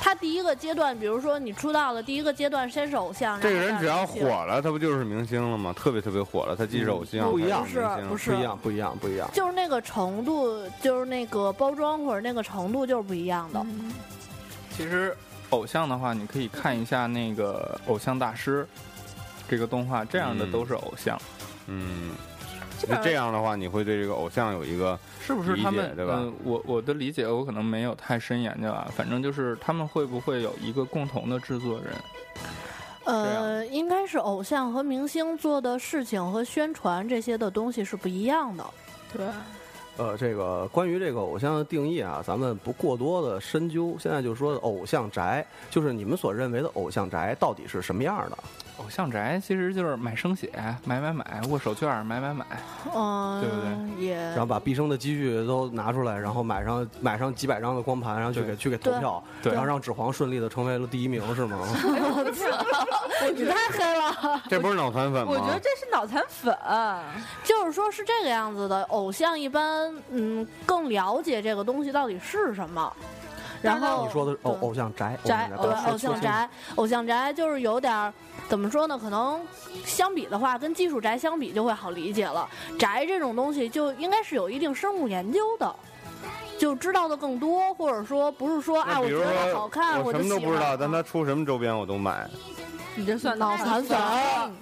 他第一个阶段，比如说你出道了，第一个阶段先是偶像，这个然人后只要再是明星，火了，他不就是明星了吗？特别特别火了，他既是偶像，嗯不一样还是明星不是啊不一样，不一样，不一样。就是那个程度，就是那个包装或者那个程度就是不一样的。其实偶像的话，你可以看一下那个《偶像大师》这个动画，这样的嗯都是偶像，嗯，基本那上这样的话，你会对这个偶像有一个是不是？理他解们对吧呃我我的理解，我可能没有太深研究啊，反正就是他们会不会有一个共同的制作人？呃，应该是偶像和明星做的事情和宣传这些的东西是不一样的。对，呃，这个关于这个偶像的定义啊，咱们不过多的深究。现在就是说，偶像宅就是你们所认为的偶像宅到底是什么样的？偶像宅其实就是买生写，买买买，握手券，买买买。嗯、对不对也然后把毕生的积蓄都拿出来，然后买上买上几百张的光盘，然后去对给去给投票，对然后让指皇顺利的成为了第一名，是吗？你 太黑了。 这不是脑残粉吗？我觉得这是脑残粉，就是说，是这个样子的。偶像一般，嗯，更了解这个东西到底是什么。然后你说的是偶偶像宅，宅，偶对，刚偶才说像宅，偶像宅就是有点儿怎么说呢？可能相比的话，跟技术宅相比就会好理解了。宅这种东西就应该是有一定深入研究的。就知道的更多，或者说不是说啊，那我比觉如得说好看我就什么喜都欢。不啊知道，但他出什么周边我都买。你这算脑残粉，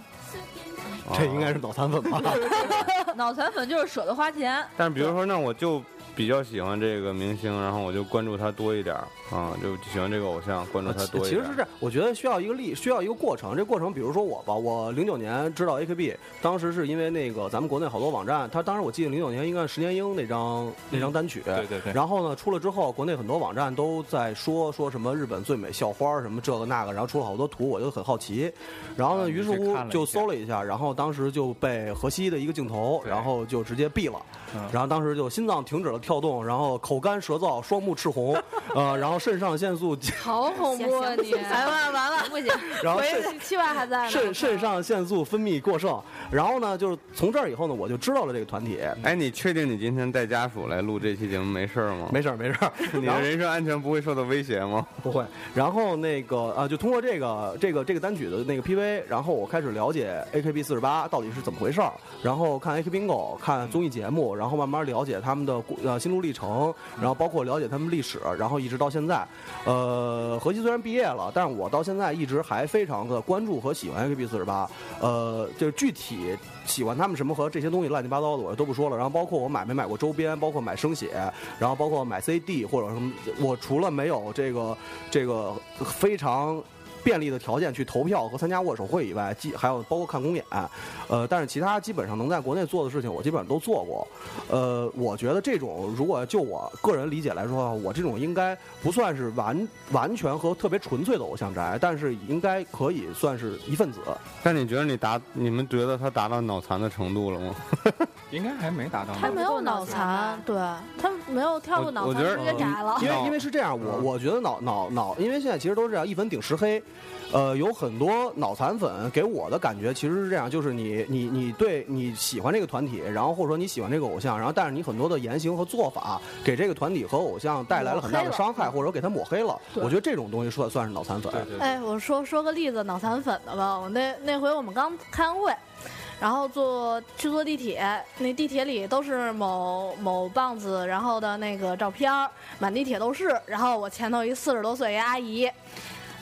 这啊应该是脑残粉吧？ 脑残粉就是舍得花钱。但是比如说，那我就比较喜欢这个明星，然后我就关注他多一点儿啊，就喜欢这个偶像，关注他多一其点实儿。是这样，我觉得需要一个历，需要一个过程。这过程，比如说我吧，我零九年知道 AKB，当时是因为那个咱们国内好多网站，他当时我记得零九年应该是石年英那张那张单曲，对对对然后呢，出了之后，国内很多网站都在说说什么日本最美校花儿什么这个那个，然后出了好多图，我就很好奇。然后啊呢，你于是去乎看了就一下搜了一下，然后当时就被河西的一个镜头，对然后就直接毙了嗯。然后当时就心脏停止了跳动，然后口干舌燥，双目 赤红，呃，然后肾上腺素 好恐怖啊你！哎完了完了，不行，然后回肾去七万还在呢。？肾肾上腺素分泌过剩，然后呢，就是从这儿以后呢，我就知道了这个团体。哎，你确定你今天带家属来录这期节目没事儿吗？没事儿，没事 儿，你的然后人身安全不会受到威胁吗？不会。然后那个啊，就通过这个这个这个单曲的那个 PV，然后我开始了解 AKB 四十八到底是怎么回事儿，然后看 AKB Bingo，看综艺节目，然后慢慢了解他们的故呃心路历程，然后包括了解他们历史，然后一直到现在。呃，何西虽然毕业了，但是我到现在一直还非常的关注和喜欢 AKB 四十八。呃，就是具体喜欢他们什么和这些东西乱七八糟的我都不说了。然后包括我买没买过周边，包括买生写，然后包括买 CD 或者什么，我除了没有这个这个非常。便利的条件去投票和参加握手会以外，基还有包括看公演，呃，但是其他基本上能在国内做的事情，我基本上都做过。呃，我觉得这种如果就我个人理解来说的话，我这种应该不算是完完全和特别纯粹的偶像宅，但是应该可以算是一份子。但你觉得你达，你们觉得他达到脑残的程度了吗？应该还没达到他吧。没有脑残，对他没有跳过脑我残，我觉得嗯直接炸了。因为脑因为是这样，我我觉得脑脑脑，因为现在其实都是这样，一粉顶十黑。呃，有很多脑残粉给我的感觉其实是这样，就是你你你对你喜欢这个团体，然后或者说你喜欢这个偶像，然后但是你很多的言行和做法给这个团体和偶像带来了很大的伤害，或者给他抹黑了。我觉得这种东西算算是脑残粉。对嗯对对，哎，我说说个例子，脑残粉的吧。我那那回我们刚开完会，然后坐去坐地铁，那地铁里都是某某棒子，然后的那个照片儿，满地铁都是。然后我前头一四十多岁一阿姨。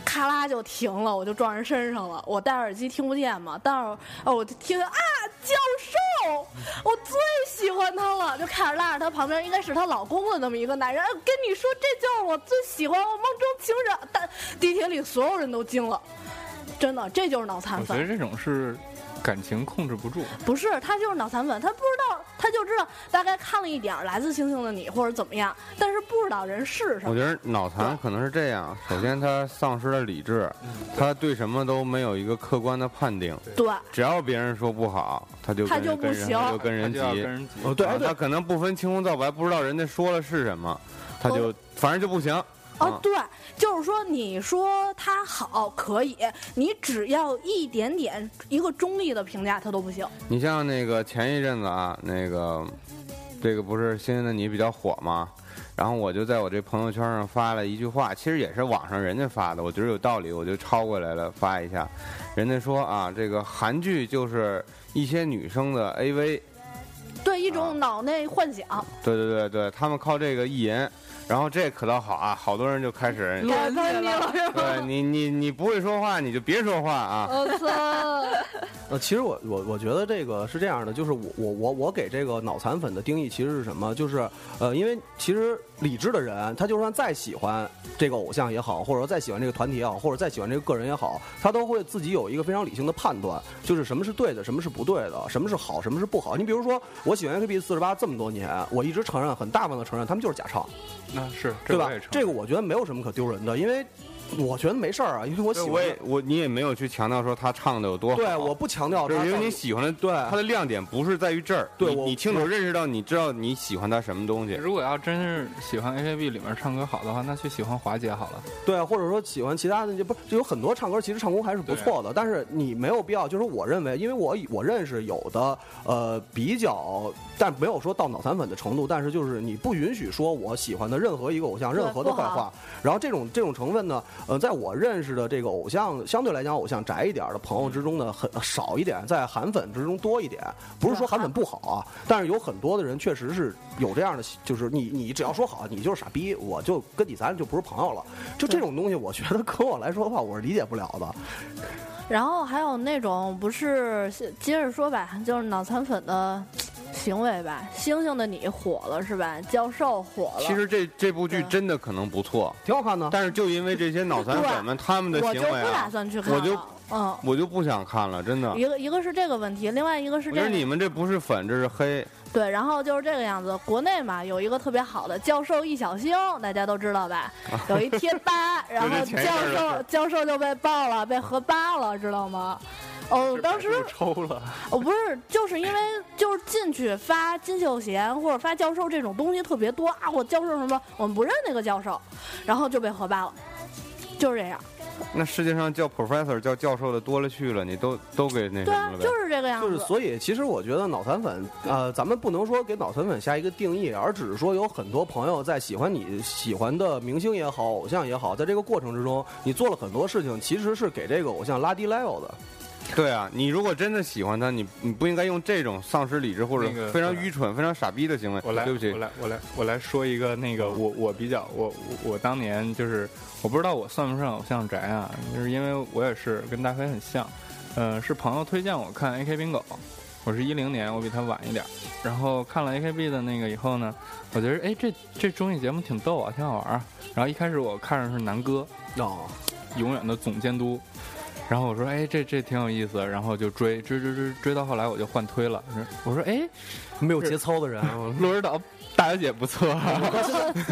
咔啦就停了，我就撞人身上了。我戴耳机听不见嘛，但是哦，我就听见啊，教授，我最喜欢他了，就开始拉着他旁边应该是她老公的那么一个男人，哎跟你说这就是我最喜欢我梦中情人。但地铁里所有人都惊了，哦真的，这就是脑残我觉得粉，这种是感情控制不住。不是他就是脑残粉，他不知道，他就知道大概看了一点儿《来自星星的你》或者怎么样，但是不知道人是什我么。觉得脑残可能是这样：首先，他丧失了理智，他对什么都没有一个客观的判定，对，只要别人说不好，他就他跟就跟不人行他就跟人他就要急跟。人急。哦，对，哎啊对他，可能不分青红皂白，不知道人家说了是什么，他就反正就不行。哦，对，就是说，你说他好可以，你只要一点点一个中立的评价，他都不行。你像那个前一阵子啊，那个这个不是《新鲜的你》比较火吗？然后我就在我这朋友圈上发了一句话，其实也是网上人家发的，我觉得有道理，我就抄过来了发一下。人家说啊，这个韩剧就是一些女生的 AV，对，一啊种脑内幻想。对对对对，他们靠这个意淫，然后这可倒好啊，好多人就开 始，裸奔了，对你你你不会说话你就别说话啊，我操！呃，其实我我我觉得这个是这样的，就是我我我我给这个脑残粉的定义其实是什么？就是呃，因为其实理智的人，他就算再喜欢这个偶像也好，或者说再喜欢这个团体也好，或者再喜欢这个个人也好，他都会自己有一个非常理性的判断，就是什么是对的，什么是不对的，什么是好，什么是不好。你比如说，我喜欢 AKB 四十八这么多年，我一直承认，很大方的承认，他们就是假唱，那是对吧我也？承这认个我觉得没有什么可丢人的，因为我觉得没事儿啊，因为我喜对欢。我也我你也没有去强调说他唱的有多好，对，我不强调就他到是底，因为你喜欢的，对它的亮点不是在于这儿，对你我你清楚认识到，你知道你喜欢他什么东西。如果要真是喜欢 AKB 里面唱歌好的话，那去喜欢华姐好了。对，或者说喜欢其他的，就不是就有很多唱歌其实唱功还是不错的，但是你没有必要，就是我认为，因为我以我认识有的呃比较，但没有说到脑残粉的程度，但是就是你不允许说我喜欢的任何一个偶像对任何的不坏好话，然后这种这种成分呢，呃，在我认识的这个偶像，相对来讲偶像宅一点儿的朋友之中呢，很少一点，在韩粉之中多一点。不是说韩粉不好啊，但是有很多的人确实是有这样的，就是你你只要说好，你就是傻逼，我就跟你咱就不是朋友了。就这种东西，我觉得 跟我来说的话，我是理解不了的。然后还有那种不是接着说吧，就是脑残粉的行为吧。星星的你火了是吧？教授火了。其实这这部剧对啊真的可能不错，挺好看的，但是就因为这些脑残粉们他们的我就行为不打啊，算去看了。我就嗯，我就不想看了，真的。一个一个是这个问题，另外一个是我这觉个得你们这不是粉，这是黑。对，然后就是这个样子。国内嘛，有一个特别好的教授易小星，大家都知道吧？有一贴 吧，然后啊这前一阵教儿的事授教授就被爆了，被合扒了，知道吗？哦，当时抽了，哦不是，就是因为就是进去发金秀贤或者发教授这种东西特别多啊，我教授什么我们不认那个教授，然后就被合扒了，就是这样。那世界上叫 professor 叫教授的多了去了，你都都给那什对么啊了，呗？就是这个样就子。是，所以其实我觉得脑残粉，呃，咱们不能说给脑残粉下一个定义，而只是说有很多朋友在喜欢你喜欢的明星也好，偶像也好，在这个过程之中，你做了很多事情，其实是给这个偶像拉低 level 的。对啊，你如果真的喜欢他，你你不应该用这种丧失理智或者那个非常愚蠢、非常傻逼的行为。我来，对不起哦我，来，我来，我来说一个那个，我我比较，我我我当年就是，我不知道我算不算偶像宅啊，就是因为我也是跟大飞很像，呃，是朋友推荐我看 AKB 狗，我是一零年，我比他晚一点儿，然后看了 AKB 的那个以后呢，我觉得哎这这综艺节目挺逗啊，挺好玩儿啊，然后一开始我看着是南哥，哦，永远的总监督。然后我说，哎，这这挺有意思，然后就追追追追追到后来我就换推了。我说，哎，没有节操的人，鹿儿岛大小姐不错、啊，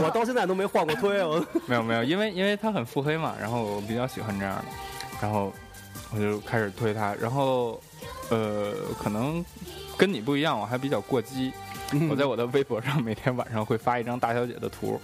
我到现在都没换过推，啊我没有没有，因为因为他很腹黑嘛，然后我比较喜欢这样的，然后我就开始推他，然后呃，可能跟你不一样，我还比较过激，嗯我在我的微博上每天晚上会发一张大小姐的图，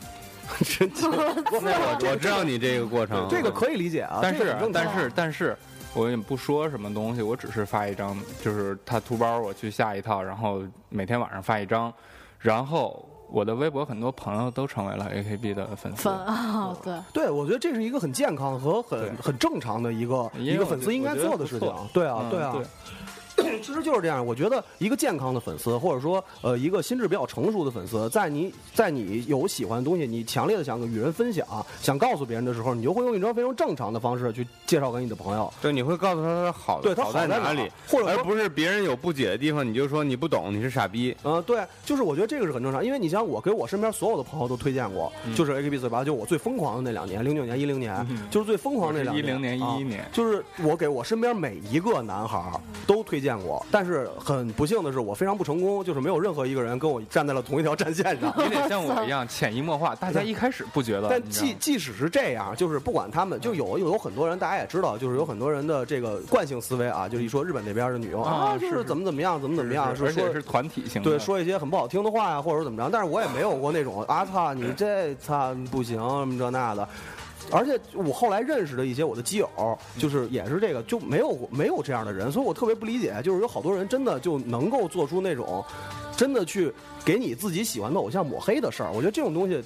真的，我我知道你这个过程，这个可以理解啊，但这个是很正常但是但是我也不说什么东西，我只是发一张，就是他图包我去下一套，然后每天晚上发一张，然后我的微博很多朋友都成为了 AKB 的粉丝，粉 啊、对，对，我觉得这是一个很健康和很对很正常的一个因为一个我粉觉丝应该我觉得做的不事情错啊。对啊嗯，对啊，对其实就是这样，我觉得一个健康的粉丝，或者说呃一个心智比较成熟的粉丝，在你在你有喜欢的东西，你强烈的想与人分享，想告诉别人的时候，你就会用一种非常正常的方式去介绍给你的朋友。对，你会告诉他他好对他好好在哪哪里，或 者而说不是别人有不解的地方，你就说你不懂，你是傻逼。呃，对，就是我觉得这个是很正常，因为你像我给我身边所有的朋友都推荐过，就是 AKB 四八，就是我最疯狂的那两年，零九年、一零年，就是最疯狂的那两一零年啊一一年，就是我给我身边每一个男孩儿都推荐过，但是很不幸的是，我非常不成功，就是没有任何一个人跟我站在了同一条战线 上。你得像 我一样潜移默化，大家一开始不觉得，但你知道即吗即使是这样，就是不管他们，就有有有很多人，大家也知道，就是有很多人的这个惯性思维啊，就是一说日本那边的女优啊就是是是怎么怎么样，怎么怎么样，是是而啊说且是团体嗯型的，对，说一些很不好听的话呀，或者是怎么着。但是我也没有过那种啊操你这操不行什么这那的。而且我后来认识的一些我的基友，嗯就是也是这个，就没有没有这样的人，所以我特别不理解，就是有好多人真的就能够做出那种，真的去给你自己喜欢的偶像抹黑的事儿，我觉得这种东西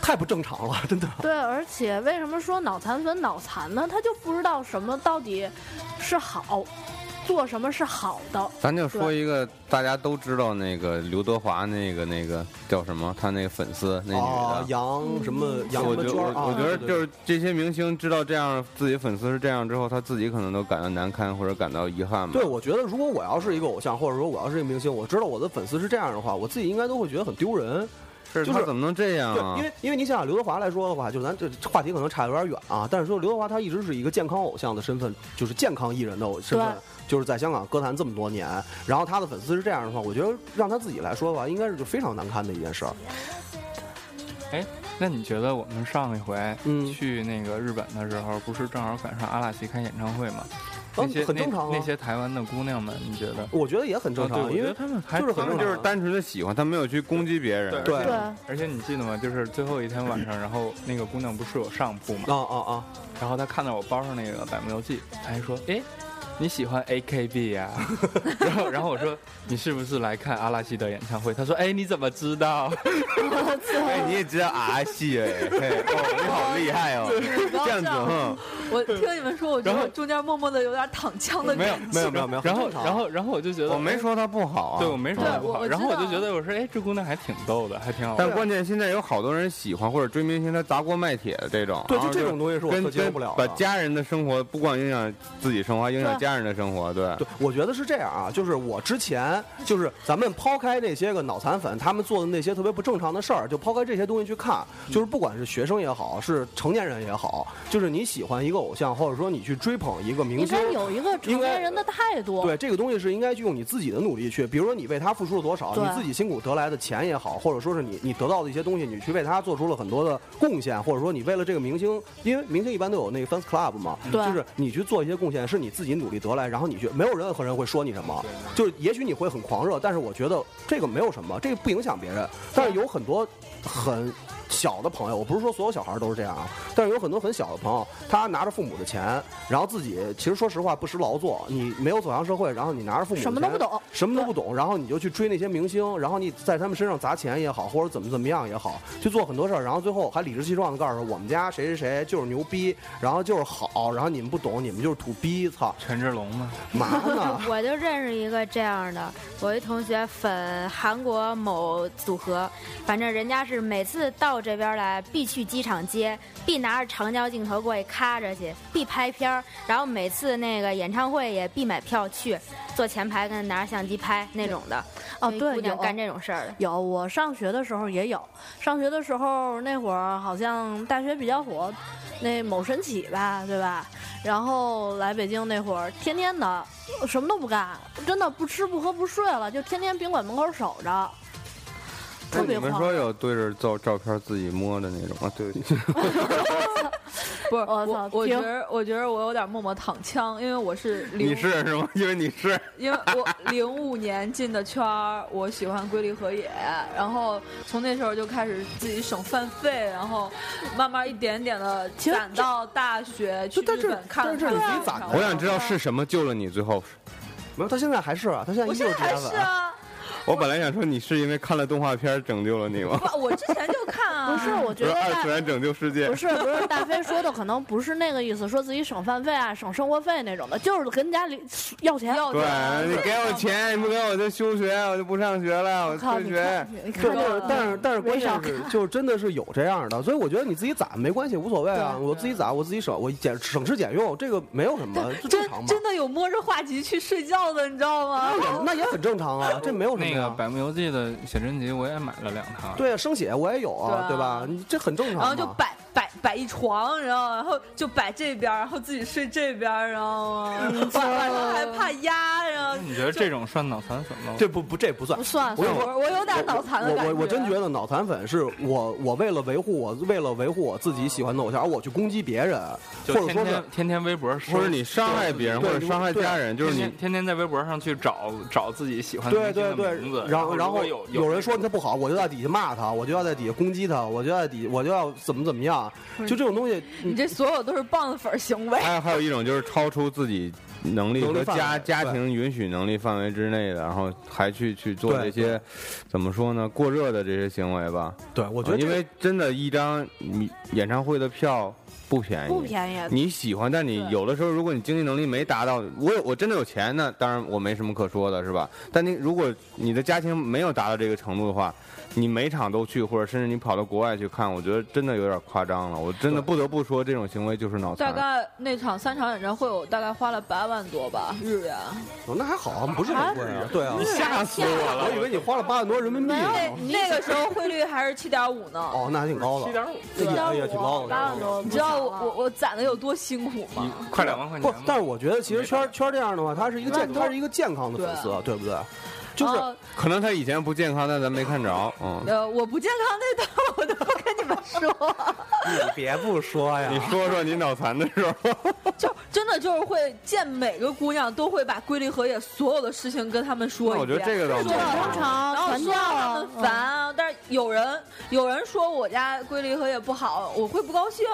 太不正常了，真的。对，而且为什么说脑残粉脑残呢？他就不知道什么到底是好，做什么是好的。咱就说一个大家都知道那个刘德华那个那个叫什么，他那个粉丝那啊女，的。杨什么杨什我么觉得娟我儿啊，我觉得对对对就是这些明星知道这样自己粉丝是这样之后，他自己可能都感到难堪或者感到遗憾吧。对，我觉得如果我要是一个偶像，或者说我要是一个明星，我知道我的粉丝是这样的话，我自己应该都会觉得很丢人。是就他是怎么能这样啊对，因？为因为你想想刘德华来说的话，就是咱这话题可能差有点远啊，但是说刘德华他一直是一个健康偶像的身份，就是健康艺人的身份对，就是在香港歌坛这么多年，然后他的粉丝是这样的话，我觉得让他自己来说的话，应该是就非常难堪的一件事儿。那你觉得我们上一回嗯去那个日本的时候，不是正好赶上阿拉西开演唱会吗？嗯那些很正常啊哦那那些台湾的姑娘们，你觉得？我觉得也很正啊常，对因我觉为得他们还就是很他们正常就是单纯的喜欢，他没有去攻击别人。对而且对而且你记得吗？就是最后一天晚上，然后那个姑娘不是有上铺吗？啊啊啊，然后她看到我包上那个百慕游记，她还说：“哎，你喜欢 AKB 呀、 然后然后我说你是不是来看阿拉西的演唱会？他说哎你怎么知道？哎，你也知道啊戏哎，嘿哦，你好厉害哦，这样子嗯，我听你们说，我觉得然后我中间默默的有点躺枪的没有感觉。没有没有没有，然后啊然后然后我就觉得我没。说他不好啊，对，我没说对她不我好，我然后我知就道啊觉得我说，哎，这姑娘还挺逗的，还挺好玩啊但的。关键现在有好多人喜欢或者追明星，他砸锅卖铁的这种，对，然后就这种东西是我跟特接受跟不了把的。啊家人的生活不光影响自己生活，还影响对家人的生活，对。对，我觉得是这样啊，就是我之前就是咱们抛开那些个脑残粉他们做的那些特别不正常的事儿，就抛开这些东西去看，就是不管是学生也好，是成年人也好，就是你喜欢一个偶像，或者说你去追捧一个明应星该。有一个成应该年人的态度。对这个东西是应该去用你自己的努力去，比如说你为他付出了多少，对你自己辛苦得来的钱也好，或者说是你你得到的一些东西，你去为他做出了很多的贡献，或者说你为了这个明星，因为明星一般都有那个 fans club 嘛，对就是你去做一些贡献，是你自己努力得来，然后你去，没有任何人会说你什么，就是也许你会很狂热，但是我觉得这个没有什么，这个不影响别人，但是有很多很。小的朋友，我不是说所有小孩都是这样啊，但是有很多很小的朋友，他拿着父母的钱，然后自己其实说实话不识劳作，你没有走向社会，然后你拿着父母的什么都钱不懂什么都不懂，然后你就去追那些明星，然后你在他们身上砸钱也好，或者怎么怎么样也好，去做很多事儿，然后最后还理直气壮的告诉我们家谁谁谁就是牛逼，然后就是好，然后你们不懂，你们就是土逼，操，啊陈志龙嘛，嘛呢我就认识一个这样的，我一同学粉韩国某组合，反正人家是每次到这边来必去机场接，必拿着长焦镜头过去咔着去，必拍片儿，然后每次那个演唱会也必买票去，坐前排跟拿着相机拍那种的。哦，有一对，哎姑娘有干这种事儿的。有，我上学的时候也有。上学的时候那会儿好像大学比较火，那某神起吧，对吧？然后来北京那会儿，天天的什么都不干，真的不吃不喝不睡了，就天天宾馆门口守着，那特别你们狂说。有对着照照片自己摸的那种啊？对不起，不是，我我操我停觉得我觉得我有点默默躺枪，因为我是零你是是吗？ 因为你是因为我零五年进的圈儿，我喜欢龟梨和也，然后从那时候就开始自己省饭费，然后慢慢一点点的其实攒到大学去对但日是本看了但是看你了自己攒看的我了想知道是什么救了你，最后没有，他现在还是啊，他现在我依旧现是在这还样是的。啊， 我本来想说你是因为看了动画片拯救了你 吗？不，我之前就看啊，不是，我觉不是得二大次元拯救世界不，是不是大飞说的可能不是那个意思，说自己省饭费啊、省生活费那种的，就是跟家里要钱。要对的你给我钱，你不给我就休学，我就不上学了，我靠，退你学看。你对，看就这是个，但是但是关没少键 是，就真的是有这样的，所以我觉得你自己攒没关系，无所谓啊。我自己攒，我自己省，我俭省吃俭用，这个没有什么，这正真常嘛。真的有摸着话题去睡觉的，哦你知道吗？ 那也很正常啊，这没有什么那个呀《百慕游记》的写真集我也买了两套。对啊，生写我也有啊，对啊对吧？你这很正常嘛。然后就摆摆摆一床，然后然后就摆这边儿，然后自己睡这边儿，然后嗯 晚晚上还怕压，然后你觉得这种算脑残粉吗？这不不这不算不。算，我有我我有点脑残的感我我我真觉得脑残粉是我我为了维护我为了维护我自己喜欢的偶像，而我去攻击别人，就或者天说是天天天微博，或者你伤害别人，或对者伤害家人，就是天你天天天在微博上去找找自己喜欢的对明星对的名字对，，然后然然后有有人说他不好，我就在底下骂他，我就要在底下攻击他，我就在底我就要怎么怎么样，就这种东西，你这所有都是棒子粉儿行为。 还有还有一种就是超出自己能力能力和范围家对家庭允许能力范围之内的，然后还去去做这对些，怎么说呢？过热的这些行为吧。对我觉得因这个为真的，一张你演唱会的票不便宜，不便宜。你喜欢，但你有的时候，如果你经济能力没达到，我有我真的有钱呢，当然我没什么可说的，是吧？但你如果你的家庭没有达到这个程度的话，你每场都去，或者甚至你跑到国外去看，我觉得真的有点夸张了。我真的不得不说，这种行为就是脑大残。概那场三场演唱会，我大概花了八万多吧日元。哦那还好，不是很贵啊，对啊，吓死我了！我以为你花了八万多人民币那呢，哎那个时候汇率还是七点五呢。哦，那还挺高的，五，也也哎挺高的，八万多，你知道我我我攒的有多辛苦吗？快两万块钱不吧。，但是我觉得其实圈圈这样的话，他是一个健，他是一个健康的粉丝，对不对？就是然后 可能他以 前不健康，但咱没看着。嗯，呃，我不健康那段我都不跟你们说。你别不说呀你说说你脑残的时候， 就真的就是会见每个姑娘都会把龟梨和也所有的事情跟他们说一遍。我觉得这个倒没说到有他啊通常们然后传说教他啊们，烦啊，但是有人有人说我家龟梨和也不好，我会不高兴，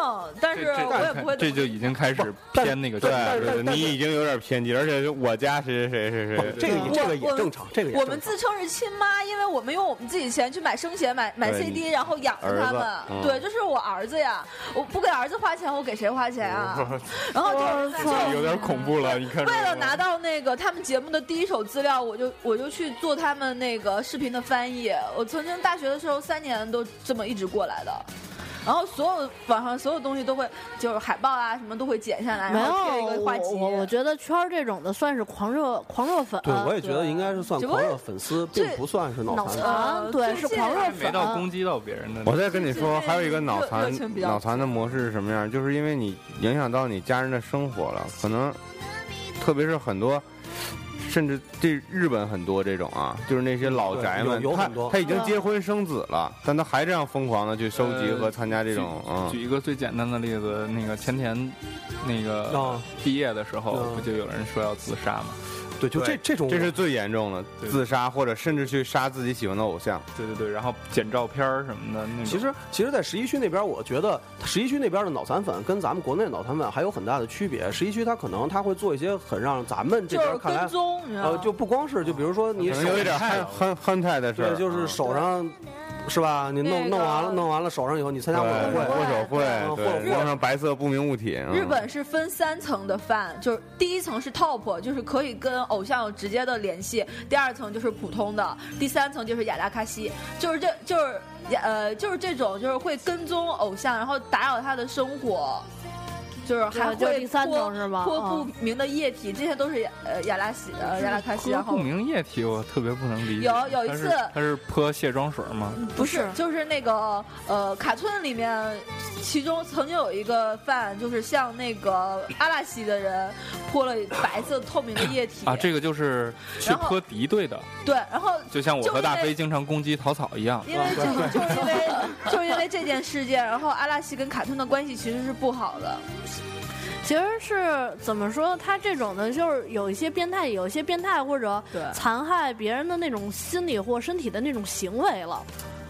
但是这我也不会这就已经开始但偏那 个对圈子了，对，你已经有点偏激，而且是我家谁谁谁谁谁，哦 这个也这个也正常，这个也我正常们自称是亲妈，因为我们用我们自己钱去买生鞋、买买对 CD，然后养着他们儿子。嗯对，这是我儿子呀，我不给儿子花钱，我给谁花钱啊？然后呃就是在这有点恐怖了。你看，为了拿到那个他们节目的第一手资料，我就我就去做他们那个视频的翻译。我曾经大学的时候三年都这么一直过来的，然后所有网上所有东西都会就是海报啊什么都会剪下来，没然有后贴一个画集。我我我觉得圈儿这种的算是狂热狂热粉，对，我也觉得应该是算只不狂过热粉丝，这并不算是脑脑残。残，呃对，最是近狂热没啊到粉。攻击到别人的。我再跟你最说，近还有一个脑残热热情比较脑残的模式是什么样？就是因为你影响到你家人的生活了，可能特别是很多，甚至这日本很多这种啊，就是那些老宅们，有有他很多他已经结婚生子了，但他还这样疯狂的去收集和参加这种，嗯，举一个最简单的例子，那个前田，那个啊，毕业的时候嗯不就有人说要自杀吗？对，就这这种，这是最严重的对自杀，或者甚至去杀自己喜欢的偶像。对对对，然后剪照片儿什么的那种。嗯其实，其实，在十一区那边，我觉得十一区那边的脑残粉跟咱们国内的脑残粉还有很大的区别。十一区他可能他会做一些很让咱们这就是边看跟来，踪，你知道呃，吗？就不光是就比如说你可手能有一点害憨了憨憨态的事儿，嗯对，就是手上是吧？你弄那个弄完了，弄完了手上以后，你参对加握握手手会，嗯会，握手对，会光上白色不明物体。嗯日本是分三层的饭，就是第一层是 top，就是可以跟偶像有直接的联系；第二层就是普通的；第三层就是雅达卡西，就是这就是呃就是这种就是会跟踪偶像，然后打扰他的生活，就是还对就是会第三泼种是吧泼不嗯明的液体，这些都是雅呃雅拉西呃雅拉卡西，然不后明液体，我特别不能理解。有有一它是次嗯它是泼卸妆水吗？不是，就是那个呃，卡村里面，其中曾经有一个饭，就是向那个阿拉西的人泼了白色透明的液体啊，这个就是去然后泼敌对的，对，然后就像我就和是大那飞经常攻击桃草一样。因为啊这个就是因为就是因为这件事件，然后阿拉西跟卡村的关系其实是不好的，其实是怎么说？他这种的，就是有一些变态，有一些变态或者对残害别人的那种心理或身体的那种行为了，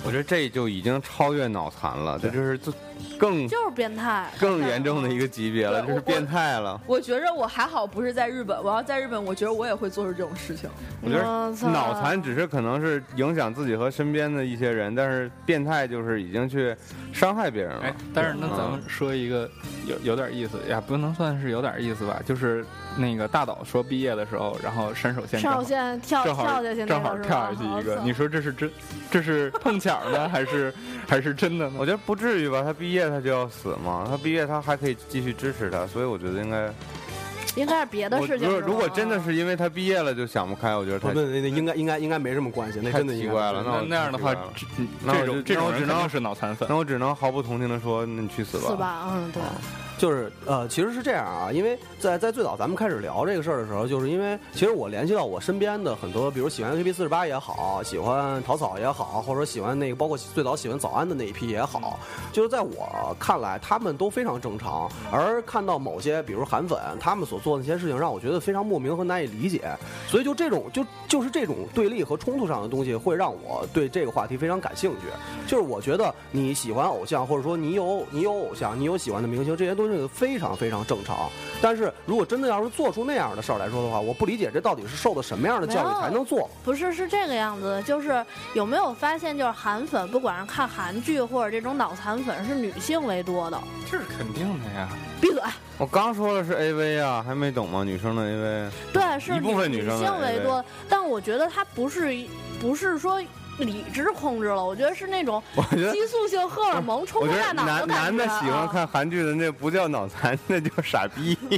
我觉得这就已经超越脑残了，这就是最更就是变态。更严重的一个级别了，对这是我变态了。我觉着我还好不是在日本，我要在日本，我觉得我也会做出这种事情。我觉得我操脑残只是可能是影响自己和身边的一些人，但是变态就是已经去伤害别人了哎。，但是那嗯咱们说一个有有点意思呀，不能算是有点意思吧，就是那个大岛说毕业的时候，然后山手线正上好有线跳正跳好下去那正好种是吧跳下去一我个，操你说这是真这是碰巧呢，还是还是真的呢我？觉得不至于吧，他毕业他就要死吗？他毕业他还可以继续支持他，所以我觉得应该。应该是别的我事情如果是吧。如果真的是因为他毕业了就想不开，我觉得不太不，那那应该应该应该没什么关系，那太真的奇应该怪不了。是那我 那样的话，这那这我就种这那我种只人肯能定是脑残粉那。我只能毫不同情的说，那你去死吧。是吧？嗯，对。就是呃，其实是这样啊，因为在在最早咱们开始聊这个事儿的时候，就是因为其实我联系到我身边的很多，比如喜欢 KB 四十八也好，喜欢桃草也好，或者喜欢那个包括最早喜欢早安的那一批也好，就是在我看来，他们都非常正常。嗯而看到某些比如韩粉他们所做的那些事情，让我觉得非常莫名和难以理解。所以就这种就就是这种对立和冲突上的东西，会让我对这个话题非常感兴趣。嗯就是我觉得你喜欢偶像，或者说你有你有偶像，你有喜欢的明星，这些东西非常非常正常。但是如果真的要是做出那样的事儿来说的话，我不理解这到底是受的什么样的教没育有才能做。不是，是这个样子，就是有没有发现，就是韩粉，不管是看韩剧或者这种脑残粉，是女性为多的。这是肯定的呀，闭嘴，我刚说的是 AV 啊，还没懂吗？女生的 AV，对，是一部分女女生性为为多，但我觉得她不是一，不是说理智控制了，我觉得是那种我觉得激素性荷尔蒙冲我昏觉大得脑男的感男觉的啊。喜欢看韩剧的那不叫脑残， 那叫傻逼。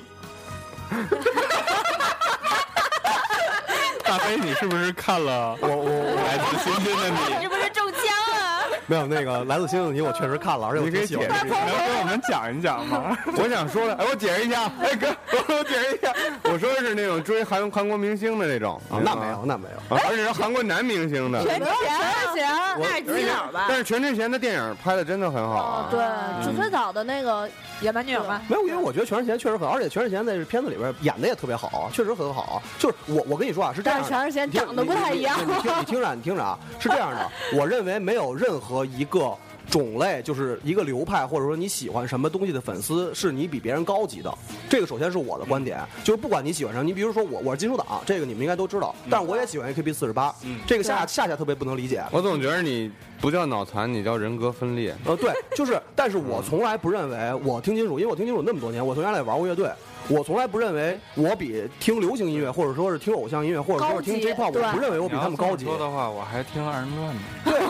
大飞，你是不是看了我我 《来自星星的你》？ 这不是中枪啊！没有那个来自星星的你，我确实看了，而且我你可挺以喜解欢释一的。下。跟我们讲一讲吗？我想说了，哎，我解释一下，哎哥， 我解释一下，我说的是那种追韩韩国明星的那种，啊那没有，那没有。啊，而且是韩国男明星的。全职全是钱。啊那是基佬吧但？是全智贤的电影拍的真的很好哦啊，，对，就最早的那个，野蛮女友吗？没有，因为我觉得全智贤确实很好，而且全智贤在这片子里边演的也特别好，确实很好。就是我，我跟你说啊，是这样但是的，全智贤你听长得不太一样你。你你听，你听着，你听着啊，是这样的，我认为没有任何一个种类，就是一个流派，或者说你喜欢什么东西的粉丝，是你比别人高级的。这个首先是我的观点，就是不管你喜欢什么，你比如说我，我是金属党，这个你们应该都知道，但是我也喜欢 AKB 四十八，这个夏夏夏特别不能理解。我总觉得你不叫脑残，你叫人格分裂。呃，对，就是，但是我从来不认为我听金属，因为我听金属那么多年，我从原来也玩过乐队，我从来不认为我比听流行音乐，或者说是听偶像音乐，或者说是听高级 J-pop，对我不认为我比他们高级 你。要这么说的话，我还听二人转呢。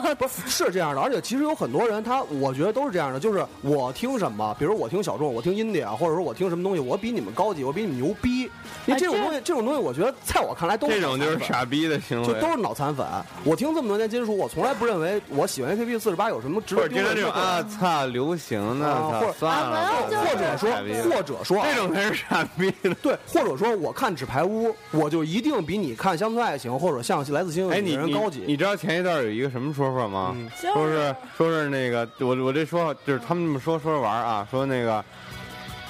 对，不是是这样的，而且其实有很多人他，我觉得都是这样的，就是我听什么，比如我听小众，我听音乐，或者说我听什么东西，我比你们高级，我比你们牛逼，因为哎这种这东西，这种东西，我觉得在我看来都这脑种残就是粉傻逼的行就为。都是脑残粉。我听这么多年金属，我从来不认为我喜欢 AKB 四十八有什么值或得者丢经人常这种的地方啊，操，流行呢，啊操，或者算了啊，没有算或了者说傻逼，或者说啊这种才是傻逼的。对，或者说我看《纸牌屋》，我就一定比你看《乡村爱情》或者像《来自星哎，星你的人你高级。你知道前一段有一个什么说法吗？嗯说是说是那个，我我这说法就是他们这么说说着玩儿啊，说那个。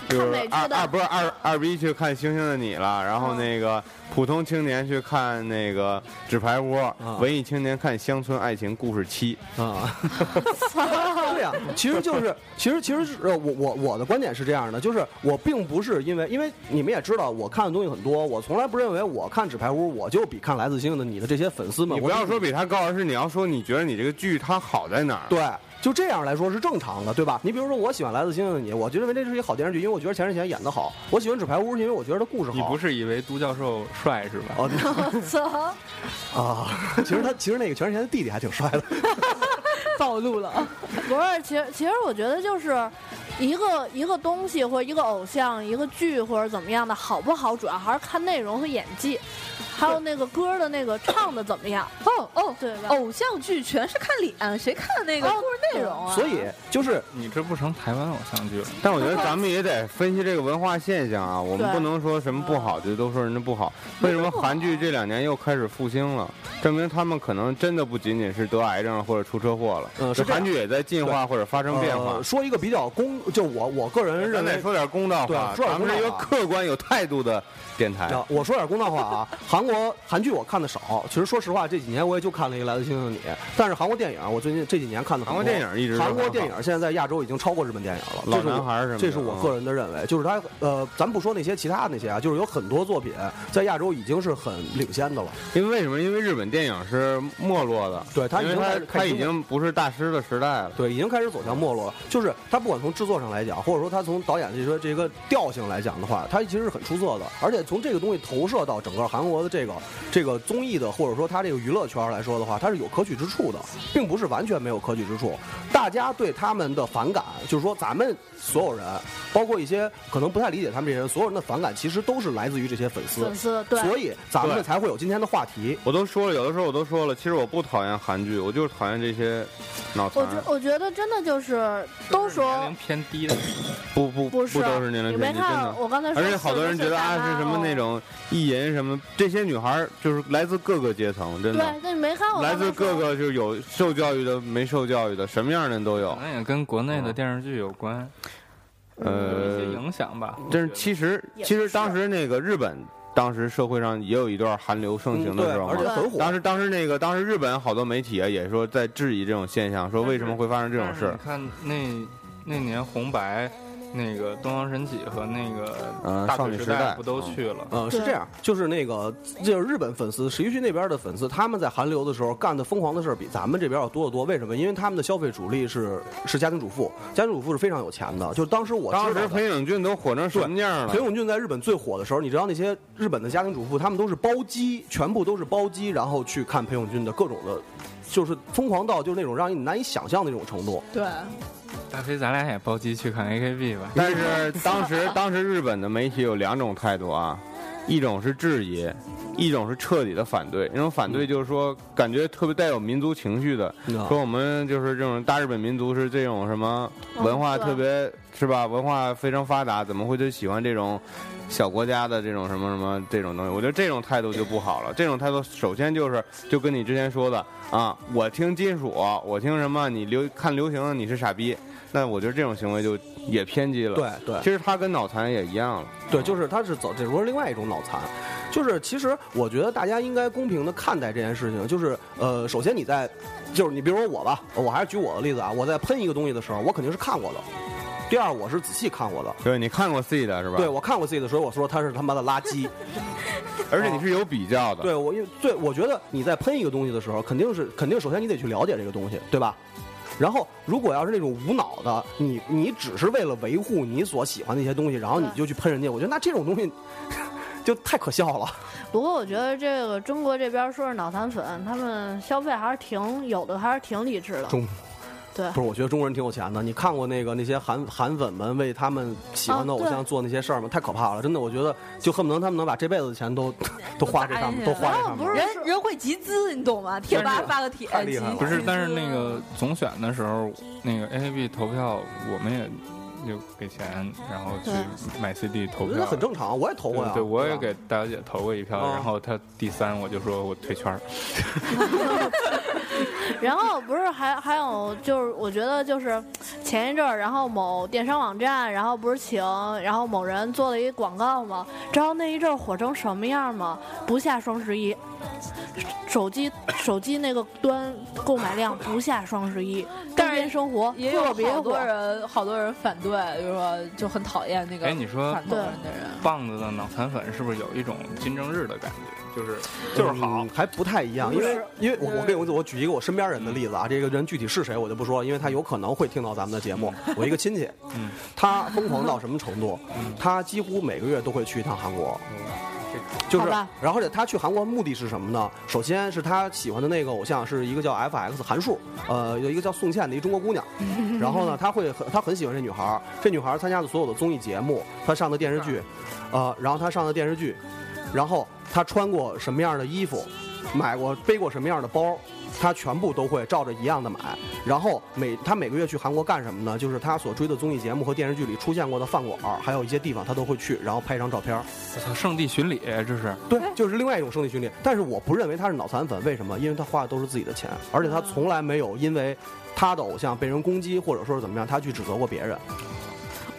就是看美剧二的二不是二二逼去看《星星的你》了，然后嗯那个普通青年去看那个《纸牌屋》，嗯文艺青年看《乡村爱情故事七》。啊， 对呀、其实就是，其实其实是呃我我我的观点是这样的，就是我并不是因为，因为你们也知道，我看的东西很多，我从来不认为我看《纸牌屋》我就比看《来自星星的你》的这些粉丝们，你不我要说比他高，而是你要说你觉得你这个剧它好在哪儿？啊对。就这样来说是正常的，对吧？你比如说，我喜欢《来自星星的你》，我就认为这是一个好电视剧，因为我觉得钱志贤演的好。我喜欢《纸牌屋》，是因为我觉得他故事好。你不是以为都教授帅是吧？哦，嗯啊， 其实他其实那个全智贤的弟弟还挺帅的，暴露了。不是，其实其实我觉得就是一个一个东西或者一个偶像、一个剧或者怎么样的好不好，主要还是看内容和演技，还有那个歌的那个唱的怎么样，哦哦，对吧？偶像剧全是看脸，谁看那个哦故事内容啊？所以就是你这不成台湾偶像剧了。但我觉得咱们也得分析这个文化现象啊，我们对不能说什么不好就都说人家不好。为什么韩剧这两年又开始复兴了？证明他们可能真的不仅仅是得癌症了或者出车祸了，嗯这是这样韩剧也在进化或者发生变化呃。说一个比较公，就我我个人认咱得为。说点公道对话，说点咱公道话们是一个客观有态度的电台。啊我说点公道话啊，韩国韩剧我看的少，其实说实话，这几年我也就看了一个《来自星星的你》，但是韩国电影啊我最近这几年看的韩国电影一直都韩国很好电影现在在亚洲已经超过日本电影了，老这是我男孩什么的这是我个人的认为，就是他呃，咱不说那些其他那些啊，就是有很多作品在亚洲已经是很领先的了。因为为什么？因为日本电影是没落的，对他已因为经开他始他已经不是大师的时代了。对，已经开始走向没落了。就是他不管从制作上来讲，或者说他从导演这些这个调性来讲的话，他其实是很出色的。而且从这个东西投射到整个韩国的这个这个综艺的，或者说他这个娱乐圈来说的话，它是有可取之处的，并不是完全没有可取之处。大家对他们的反感，就是说咱们所有人，包括一些可能不太理解他们这些人，所有人的反感其实都是来自于这些粉丝粉。丝对，所以咱对们才会有今天的话题。我都说了，有的时候我都说了，其实我不讨厌韩剧，我就是讨厌这些脑残我。觉我觉得真的就是都年说龄偏低的，不不不是，都是年龄你偏没低，真的看。我刚才说，而且好多人觉得啊是哦什么那。种意淫什么，这些女孩儿就是来自各个阶层，真对的，那你没看我来刚才自各说个就是有受教育的、没受教育的，什么样的人都有可。能也跟国内的电视剧有关，嗯有一些呃，影响吧。但是其实也不其实是当时那个日本，当时社会上也有一段韩流盛行嗯，的对，时候而且嘛。很火。当时当时那个当时日本好多媒体啊也说在质疑这种现象，说为什么会发生这种事但是儿。你看那那年红白，那个东方神起和那嗯个大少腿女时时代不都去了？呃，是对这样，就是那个，就是日本粉丝，十一区那边的粉丝，他们在韩流的时候干的疯狂的事儿比咱们这边要多得多。为什么？因为他们的消费主力是是家庭主妇，家庭主妇是非常有钱的。就是当时我当知时道裴的。勇俊都火成什么样了 裴？勇俊在日本最火的时候，你知道那些日本的家庭主妇，他们都是包机，全部都是包机，然后去看裴勇俊的各种的，就是疯狂到就是那种让你难以想象的那种程度。对，大飞，咱俩也包机去看 AKB 吧。但是当时当时日本的媒体有两种态度啊，一种是质疑，一种是彻底的反对。那种反对就是说，感觉特别带有民族情绪的，嗯说我们就是这种大日本民族是这种什么哦文化特别、是吧？文化非常发达，怎么会就喜欢这种小国家的这种什么什么这种东西？我觉得这种态度就不好了。这种态度首先就是就跟你之前说的啊，我听金属，我听什么，你流看流行，你是傻逼。那我觉得这种行为就也偏激了。对对其实他跟脑残也一样了。对，就是他是走，这不是另外一种脑残，就是其实我觉得大家应该公平的看待这件事情，就是呃，首先你在，就是你比如说我吧，我还是举我的例子啊，我在喷一个东西的时候，我肯定是看过的，第二我是仔细看过的，对，你看过 C 的是吧？对我看过自己的时候，我说他是他妈的垃圾，而且你是有比较的。对我因为对我觉得你在喷一个东西的时候，肯定是肯定首先你得去了解这个东西，对吧？然后，如果要是那种无脑的，你你只是为了维护你所喜欢的一些东西，然后你就去喷人家，我觉得那这种东西 就太可笑了。不过我觉得这个中国这边说是脑残粉，他们消费还是挺有的，还是挺理智的。中对不是，我觉得中国人挺有钱的。你看过那个那些韩韩粉们为他们喜欢的啊偶对像做那些事儿吗？太可怕了，真的，我觉得就恨不得他们能把这辈子的钱都都花这上面，都都花这上不是面。人人会集资，你懂吗？贴吧发个帖，太厉害了集不是集，资但是那个总选的时候，那个 AKB 投票，我们也就给钱，然后去买 CD 投我觉票得，很正常，我也投过呀。对，我也吧给大小姐投过一票，啊然后她第三，我就说我退圈儿。然后不是还还有就是，我觉得就是前一阵儿，然后某电商网站，然后不是请然后某人做了一广告吗？知道那一阵儿火成什么样吗？不下双十一，手机手机那个端购买量不下双十一，但是周边生活也有特别好火多。人，好多人反对，就是说就很讨厌那个。哎你说反对人的人，棒子的脑残粉是不是有一种金正日的感觉？就是就是好嗯，还不太一样，因为因为我我给我我举一个我身边人的例子啊，这个人具体是谁我就不说，因为他有可能会听到咱们的节目。我一个亲戚，嗯他疯狂到什么程度？他几乎每个月都会去一趟韩国。就是好吧，然后而且他去韩国目的是什么呢？首先是他喜欢的那个偶像是一个叫 FX 韩束，呃，有一个叫宋茜的一中国 姑娘。然后呢，他会很他很喜欢这女孩儿，这女孩儿参加的所有的综艺节目，她上的电视剧，呃，然后她上的电视剧，然后她穿过什么样的衣服，买过背过什么样的包，她全部都会照着一样的买。然后每她每个月去韩国干什么呢？就是她所追的综艺节目和电视剧里出现过的饭馆儿，还有一些地方她都会去，然后拍一张照片儿。我操圣地巡礼，这是对，就是另外一种生理训练。但是我不认为他是脑残粉，为什么？因为他花的都是自己的钱，而且他从来没有因为他的偶像被人攻击或者说是怎么样，他去指责过别人。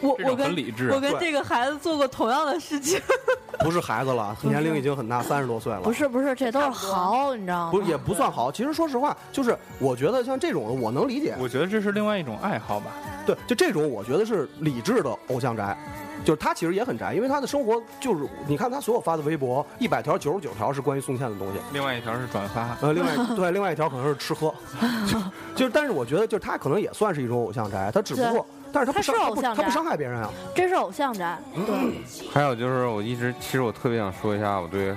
我这我种很跟理智我。跟对这个孩子做过同样的事情， 不是孩子了，年龄已经很大，三十多岁了。不是不是，这都是豪，你知道吗？不是，也不算好。其实说实话，就是我觉得像这种的，我能理解。我觉得这是另外一种爱好吧。对，就这种，我觉得是理智的偶像宅。就是他其实也很宅，因为他的生活就是，你看他所有发的微博，一百条九十九条是关于宋茜的东西，另外一条是转发，呃，另外对，另外一条可能是吃喝，就就是，但是我觉得就是他可能也算是一种偶像宅，他只不过，但是他他不是伤他偶不像他不宅伤害别人啊，这是偶像宅，嗯对，还有就是，我一直其实我特别想说一下，我对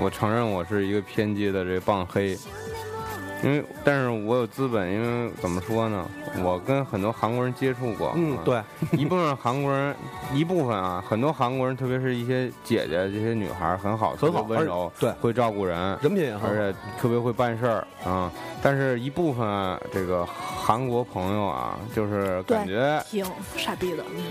我承认我是一个偏激的这棒黑，因为但是我有资本，因为怎么说呢，我跟很多韩国人接触过，嗯，，对，一部分韩国人，一部分啊，很多韩国人，特别是一些姐姐这些女孩儿，很好，很好特别温柔，而对会照顾人，人品也很而好，且特别会办事儿啊、但是一部分啊这个韩国朋友啊，就是感觉挺傻逼的。嗯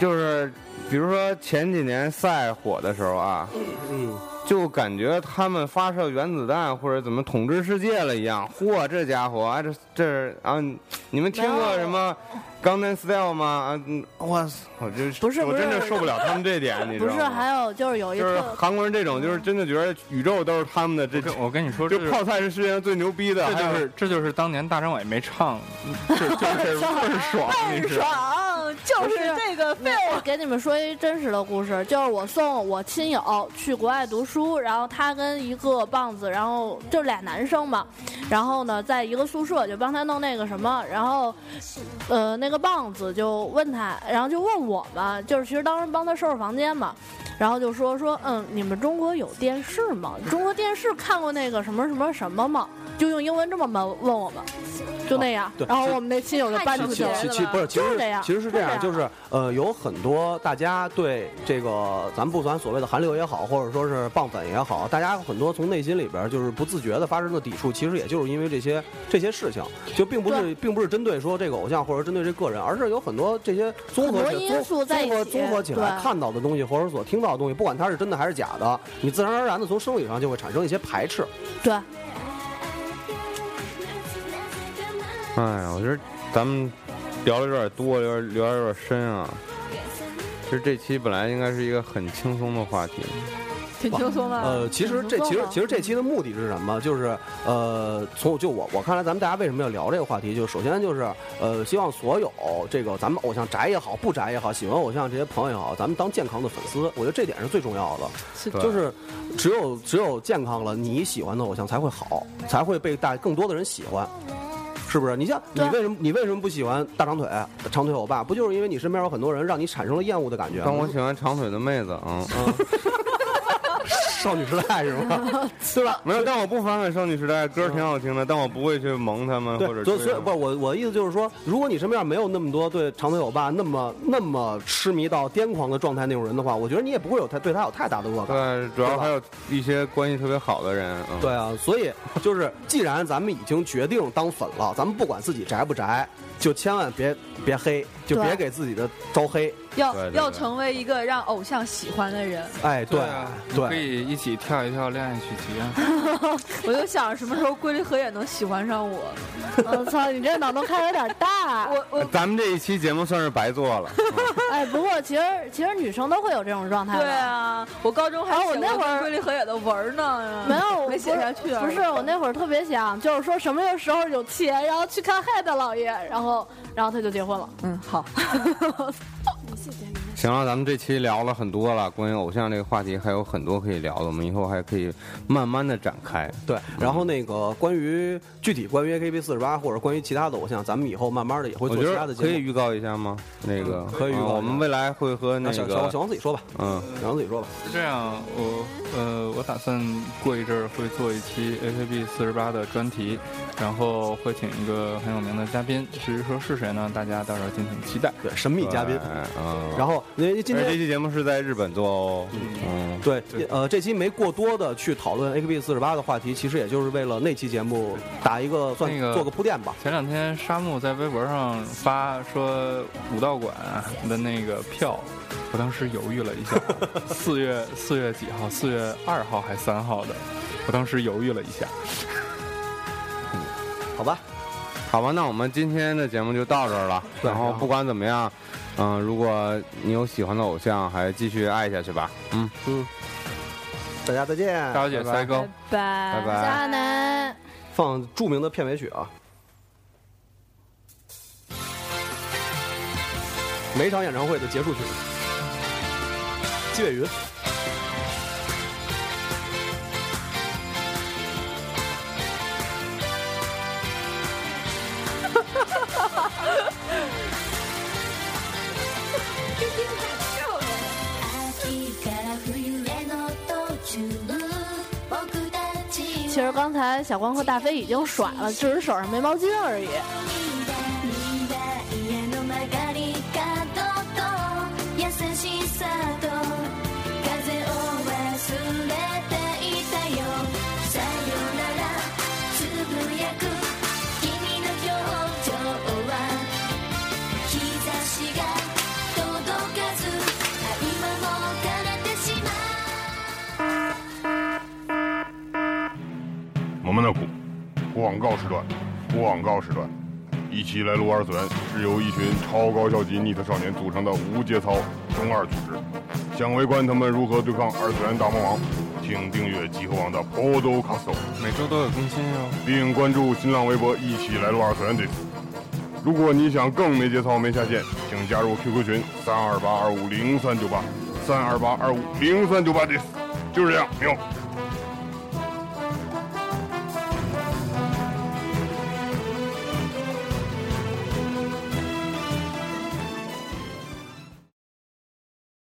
就是，比如说前几年赛火的时候啊，嗯，就感觉他们发射原子弹或者怎么统治世界了一样。嚯，这家伙啊，这这啊，你们听过什么《Gangnam Style》吗？啊，嗯哇塞，我就不是我不是真的受不了他们这点，你知不道是，还吗？有就是有一就是特韩国人这种，就是真的觉得宇宙都是他们的，这我跟我跟你说，这就泡菜是世界上最牛逼的，还这就有是这就是当年大张伟没唱， 就就是倍儿爽，你 知道吗？爽，啊就是这个废物。我给你们说一真实的故事，就是我送我亲友去国外读书，然后他跟一个棒子，然后就俩男生嘛，然后呢，在一个宿舍就帮他弄那个什么，然后，呃，那个棒子就问他，然后就问我们，就是其实当时帮他收拾房间嘛，然后就说说，嗯，你们中国有电视吗？中国电视看过那个什么什么什么吗？就用英文这么问问我们，哦就那样。对然后我们那亲友就搬出去其其了。其其不是，其就是实这样其实是这样，就就是这是呃，有很多大家对这个咱们不管所谓的韩流也好，或者说是棒粉也好，大家很多从内心里边就是不自觉的发生的抵触，其实也就是因为这些这些事情，就并不是并不是针对说这个偶像或者针对这个人，而是有很多这些综合很多起因素综在综合一起综合起来对看到的东西，或者所听到的东西，不管它是真的还是假的，你自然而然的从生理上就会产生一些排斥。对，哎呀，我觉得咱们聊的有点多，聊得聊的有点深啊。其实这期本来应该是一个很轻松的话题，挺轻松的。呃，其实这挺其不实错其实这期的目的是什么？就是呃，从就我我看来，咱们大家为什么要聊这个话题？就首先就是呃，希望所有这个咱们偶像宅也好，不宅也好，喜欢偶像这些朋友也好，咱们当健康的粉丝，我觉得这点是最重要的。对就是只有只有健康了，你喜欢的偶像才会好，才会被大更多的人喜欢。是不是？你像你对为什么你为什么不喜欢大长腿、长腿欧巴？不就是因为你身边有很多人让你产生了厌恶的感觉吗？但我喜欢长腿的妹子啊、嗯，少女时代是吗？对吧？没有，但我不反感少女时代，歌挺好听的，但我不会去萌他们对，啊或者所追以所以他不是们。我我的意思就是说，如果你身边没有那么多对长腿欧巴那么那么痴迷到癫狂的状态那种人的话，我觉得你也不会有太对他有太大的恶感。对，主要对吧还有一些关系特别好的人，嗯，对啊，所以就是，既然咱们已经决定当粉了，咱们不管自己宅不宅，就千万别别黑，就别对给自己的招黑。要对对对要成为一个让偶像喜欢的人，哎，对啊，对可以一起跳一跳恋爱曲奇啊。我就想什么时候龟梨和也能喜欢上我。我嗯操，你这脑洞开得有点大。啊我我咱们这一期节目算是白做 了， 嗯哎，不过其实其实女生都会有这种状态的。对啊，我高中还哎写我那过会儿龟梨和也的文儿呢，没有，没写不是下去啊。不是，我那会儿特别想，就是说什么时候有钱，然后去看嗨的老爷，然后然后他就结婚了。嗯 好，行了，咱们这期聊了很多了，关于偶像这个话题还有很多可以聊的，我们以后还可以慢慢的展开。对。然后那个关于具体关于 AKB 四十八或者关于其他的偶像，咱们以后慢慢的也会我做觉其他的得节目。可以预告一下吗？那个可以预告嗯一下我们未来会和那那啊小小小个王自己说吧，嗯。小王自己说吧。这样，我呃，我打算过一阵儿会做一期 AKB 四十八的专题，然后会请一个很有名的嘉宾，至于说是谁呢，大家到时候敬请期待。对，神秘嘉宾对。嗯，然后因为今而天这期节目是在日本做哦，嗯，对对，呃，这期没过多的去讨论 AKB 四十八的话题，其实也就是为了那期节目打一个算那个做个铺垫吧。前两天沙漠在微博上发说武道馆的那个票，我当时犹豫了 一下，四月四月几号？四月二号还三号的？我当时犹豫了一下。好吧，好吧，那我们今天的节目就到这儿了。对然后不管怎么样，嗯，如果你有喜欢的偶像，还继续爱下去吧。嗯，大家再见。大小姐哎拜拜塞钩。拜拜。拜。渣男。放著名的片尾曲啊。每场演唱会的结束曲，季伟云。秋から冬への途中僕たちは其实刚才小光和大飞已经甩了，只是手上没毛巾而已。未来への曲がり角と優しさと風を忘れていたよさよならつぶやく君の表情は日差しが届かず今も枯れてしまう萌萌的苦，广告时段，广告时段，一起来撸二次元是由一群超高校级逆特少年组成的无节操中二组织。想围观他们如何对抗二次元大魔王，请订阅集合网的 Podcast，每周都有更新哦。并关注新浪微博“一起来撸二次元”队。如果你想更没节操、没下限，请加入 QQ 群三二八二五零三九八，三二八二五零三九八，就是这样，没有。